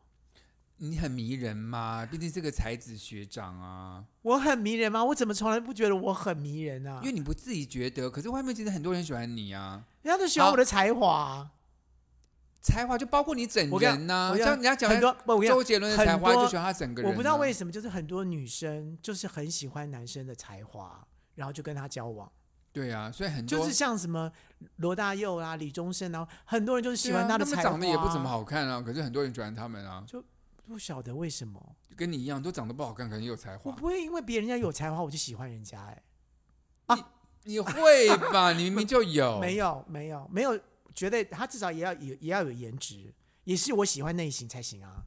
[SPEAKER 3] 你很迷人嘛，毕竟是个才子学长啊。
[SPEAKER 1] 我很迷人吗？我怎么从来不觉得我很迷人啊
[SPEAKER 3] 因？为你不自己觉得，可是外面其实很多人喜欢你啊，
[SPEAKER 1] 人家都喜欢
[SPEAKER 3] 好
[SPEAKER 1] 我的才华啊、
[SPEAKER 3] 才华就包括你整
[SPEAKER 1] 我跟
[SPEAKER 3] 人
[SPEAKER 1] 你
[SPEAKER 3] 呐、
[SPEAKER 1] 我跟
[SPEAKER 3] 像人家讲
[SPEAKER 1] 很多，不我跟你
[SPEAKER 3] 周
[SPEAKER 1] 讲
[SPEAKER 3] 杰伦的
[SPEAKER 1] 很
[SPEAKER 3] 才华，
[SPEAKER 1] 多
[SPEAKER 3] 就喜欢他整个人、啊
[SPEAKER 1] 我不知道为，什么，就是很多女生就是很喜欢男生的才华，然后就跟他交往，
[SPEAKER 3] 对啊，所以很多
[SPEAKER 1] 就是像什么罗大佑啦、李宗盛啊，很多人就是喜欢
[SPEAKER 3] 对啊
[SPEAKER 1] 的
[SPEAKER 3] 他
[SPEAKER 1] 才
[SPEAKER 3] 们
[SPEAKER 1] 华，
[SPEAKER 3] 长得也不怎么，好看啊，可是很多人喜欢他们啊，
[SPEAKER 1] 不晓得为什么，
[SPEAKER 3] 跟你一样，都长得不好看，可能也有才
[SPEAKER 1] 我
[SPEAKER 3] 华。
[SPEAKER 1] 不会因为别人家有才华我就喜欢人家、欸，
[SPEAKER 3] 你会 吧？你明明就有，
[SPEAKER 1] 哎，没有没有没有，觉得他至少也要也也要有颜值，也是我喜欢类型才行啊。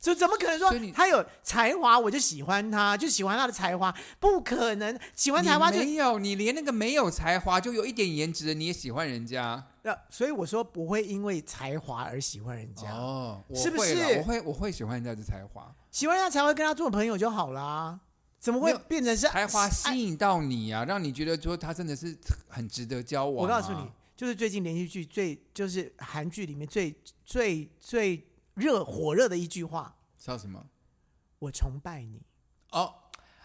[SPEAKER 1] 所以怎么可能说
[SPEAKER 3] 所以你
[SPEAKER 1] 他有才华我就喜欢他，就喜欢他的才华？不可能，喜欢才华就
[SPEAKER 3] 你没有，你连那个没有才华就有一点颜值的你也喜欢人家
[SPEAKER 1] 那所以我说不会因为才华而喜欢人家，
[SPEAKER 3] 哦，我
[SPEAKER 1] 是不
[SPEAKER 3] 会啦
[SPEAKER 1] 是
[SPEAKER 3] 我会我会喜欢人家的才华，
[SPEAKER 1] 喜欢人家才会跟他做朋友就好啦。怎么
[SPEAKER 3] 没
[SPEAKER 1] 会
[SPEAKER 3] 有
[SPEAKER 1] 变成是
[SPEAKER 3] 才华
[SPEAKER 1] 哎
[SPEAKER 3] 吸引到你啊，让你觉得说他真的是很值得交往、啊
[SPEAKER 1] 我告诉你，，就是最近连续剧最就是韩剧里面最最最热火热的一句话，
[SPEAKER 3] 叫什么？
[SPEAKER 1] 我崇拜你。
[SPEAKER 3] 哦，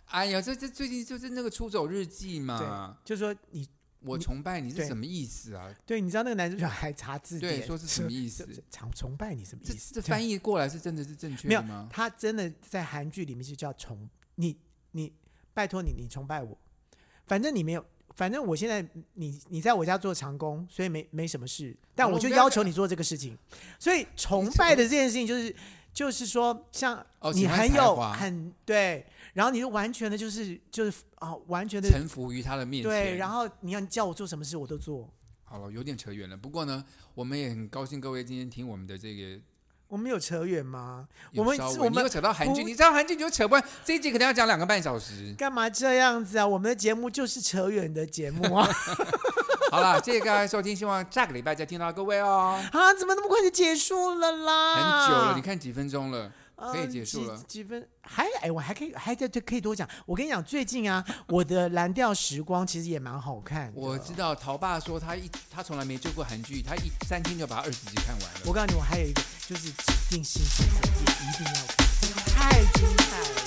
[SPEAKER 3] 哎呀，这这最近就是那个《出走日记》嘛，
[SPEAKER 1] 对，就说你
[SPEAKER 3] 我崇拜你是
[SPEAKER 1] 对
[SPEAKER 3] 什么意思啊？
[SPEAKER 1] 对，你知道那个男主角还查字典，
[SPEAKER 3] 对，说是什么意思？
[SPEAKER 1] 崇崇拜你什么意
[SPEAKER 3] 这
[SPEAKER 1] 思？
[SPEAKER 3] 这
[SPEAKER 1] 对
[SPEAKER 3] 翻译过来是真的是正确
[SPEAKER 1] 没有
[SPEAKER 3] 的吗，？
[SPEAKER 1] 他真的在韩剧里面是叫崇你你，拜托你你崇拜我，反正你没有，反正我现在你你在我家做长工，所以没没什么事，但
[SPEAKER 3] 好
[SPEAKER 1] 我
[SPEAKER 3] 了哦我
[SPEAKER 1] 就
[SPEAKER 3] 们不要
[SPEAKER 1] 要求你做这个事情，所以崇拜的这件事情就是就是说像
[SPEAKER 3] 哦
[SPEAKER 1] 你
[SPEAKER 3] 喜欢
[SPEAKER 1] 很
[SPEAKER 3] 才
[SPEAKER 1] 有
[SPEAKER 3] 华
[SPEAKER 1] 很对，然后你就完全的就是就是啊、完全的
[SPEAKER 3] 臣服于他的面前。
[SPEAKER 1] 对，然后你要你叫我做什么事我都做，
[SPEAKER 3] 好了，有点扯远了。不过呢，我们也很高兴各位今天听我们的这个
[SPEAKER 1] 我们有扯远吗？
[SPEAKER 3] 有
[SPEAKER 1] 我们
[SPEAKER 3] 稍微
[SPEAKER 1] 我
[SPEAKER 3] 你
[SPEAKER 1] 们
[SPEAKER 3] 又扯到韩剧，
[SPEAKER 1] 不。
[SPEAKER 3] 你知道韩剧你就扯不完，这一集可能要讲两个半小时
[SPEAKER 1] 干嘛这样子啊？我们的节目就是扯远的节目啊！
[SPEAKER 3] 好啦，谢谢各位收听，希望下个礼拜再听到各位哦。
[SPEAKER 1] 啊，怎么那么快就结束了啦？
[SPEAKER 3] 很久了，你看几分钟了，
[SPEAKER 1] 嗯。
[SPEAKER 3] 可以结束了
[SPEAKER 1] 几几分？还哎，我还可以，还在这可以多讲。我跟你讲，最近啊，我的《蓝调时光》其实也蛮好看的。
[SPEAKER 3] 我知道陶爸说他一他从来没追过韩剧，他一三天就把二十集看完了
[SPEAKER 1] 我。告诉你，我还有一个就是指定性质，也一定要看，太精彩了。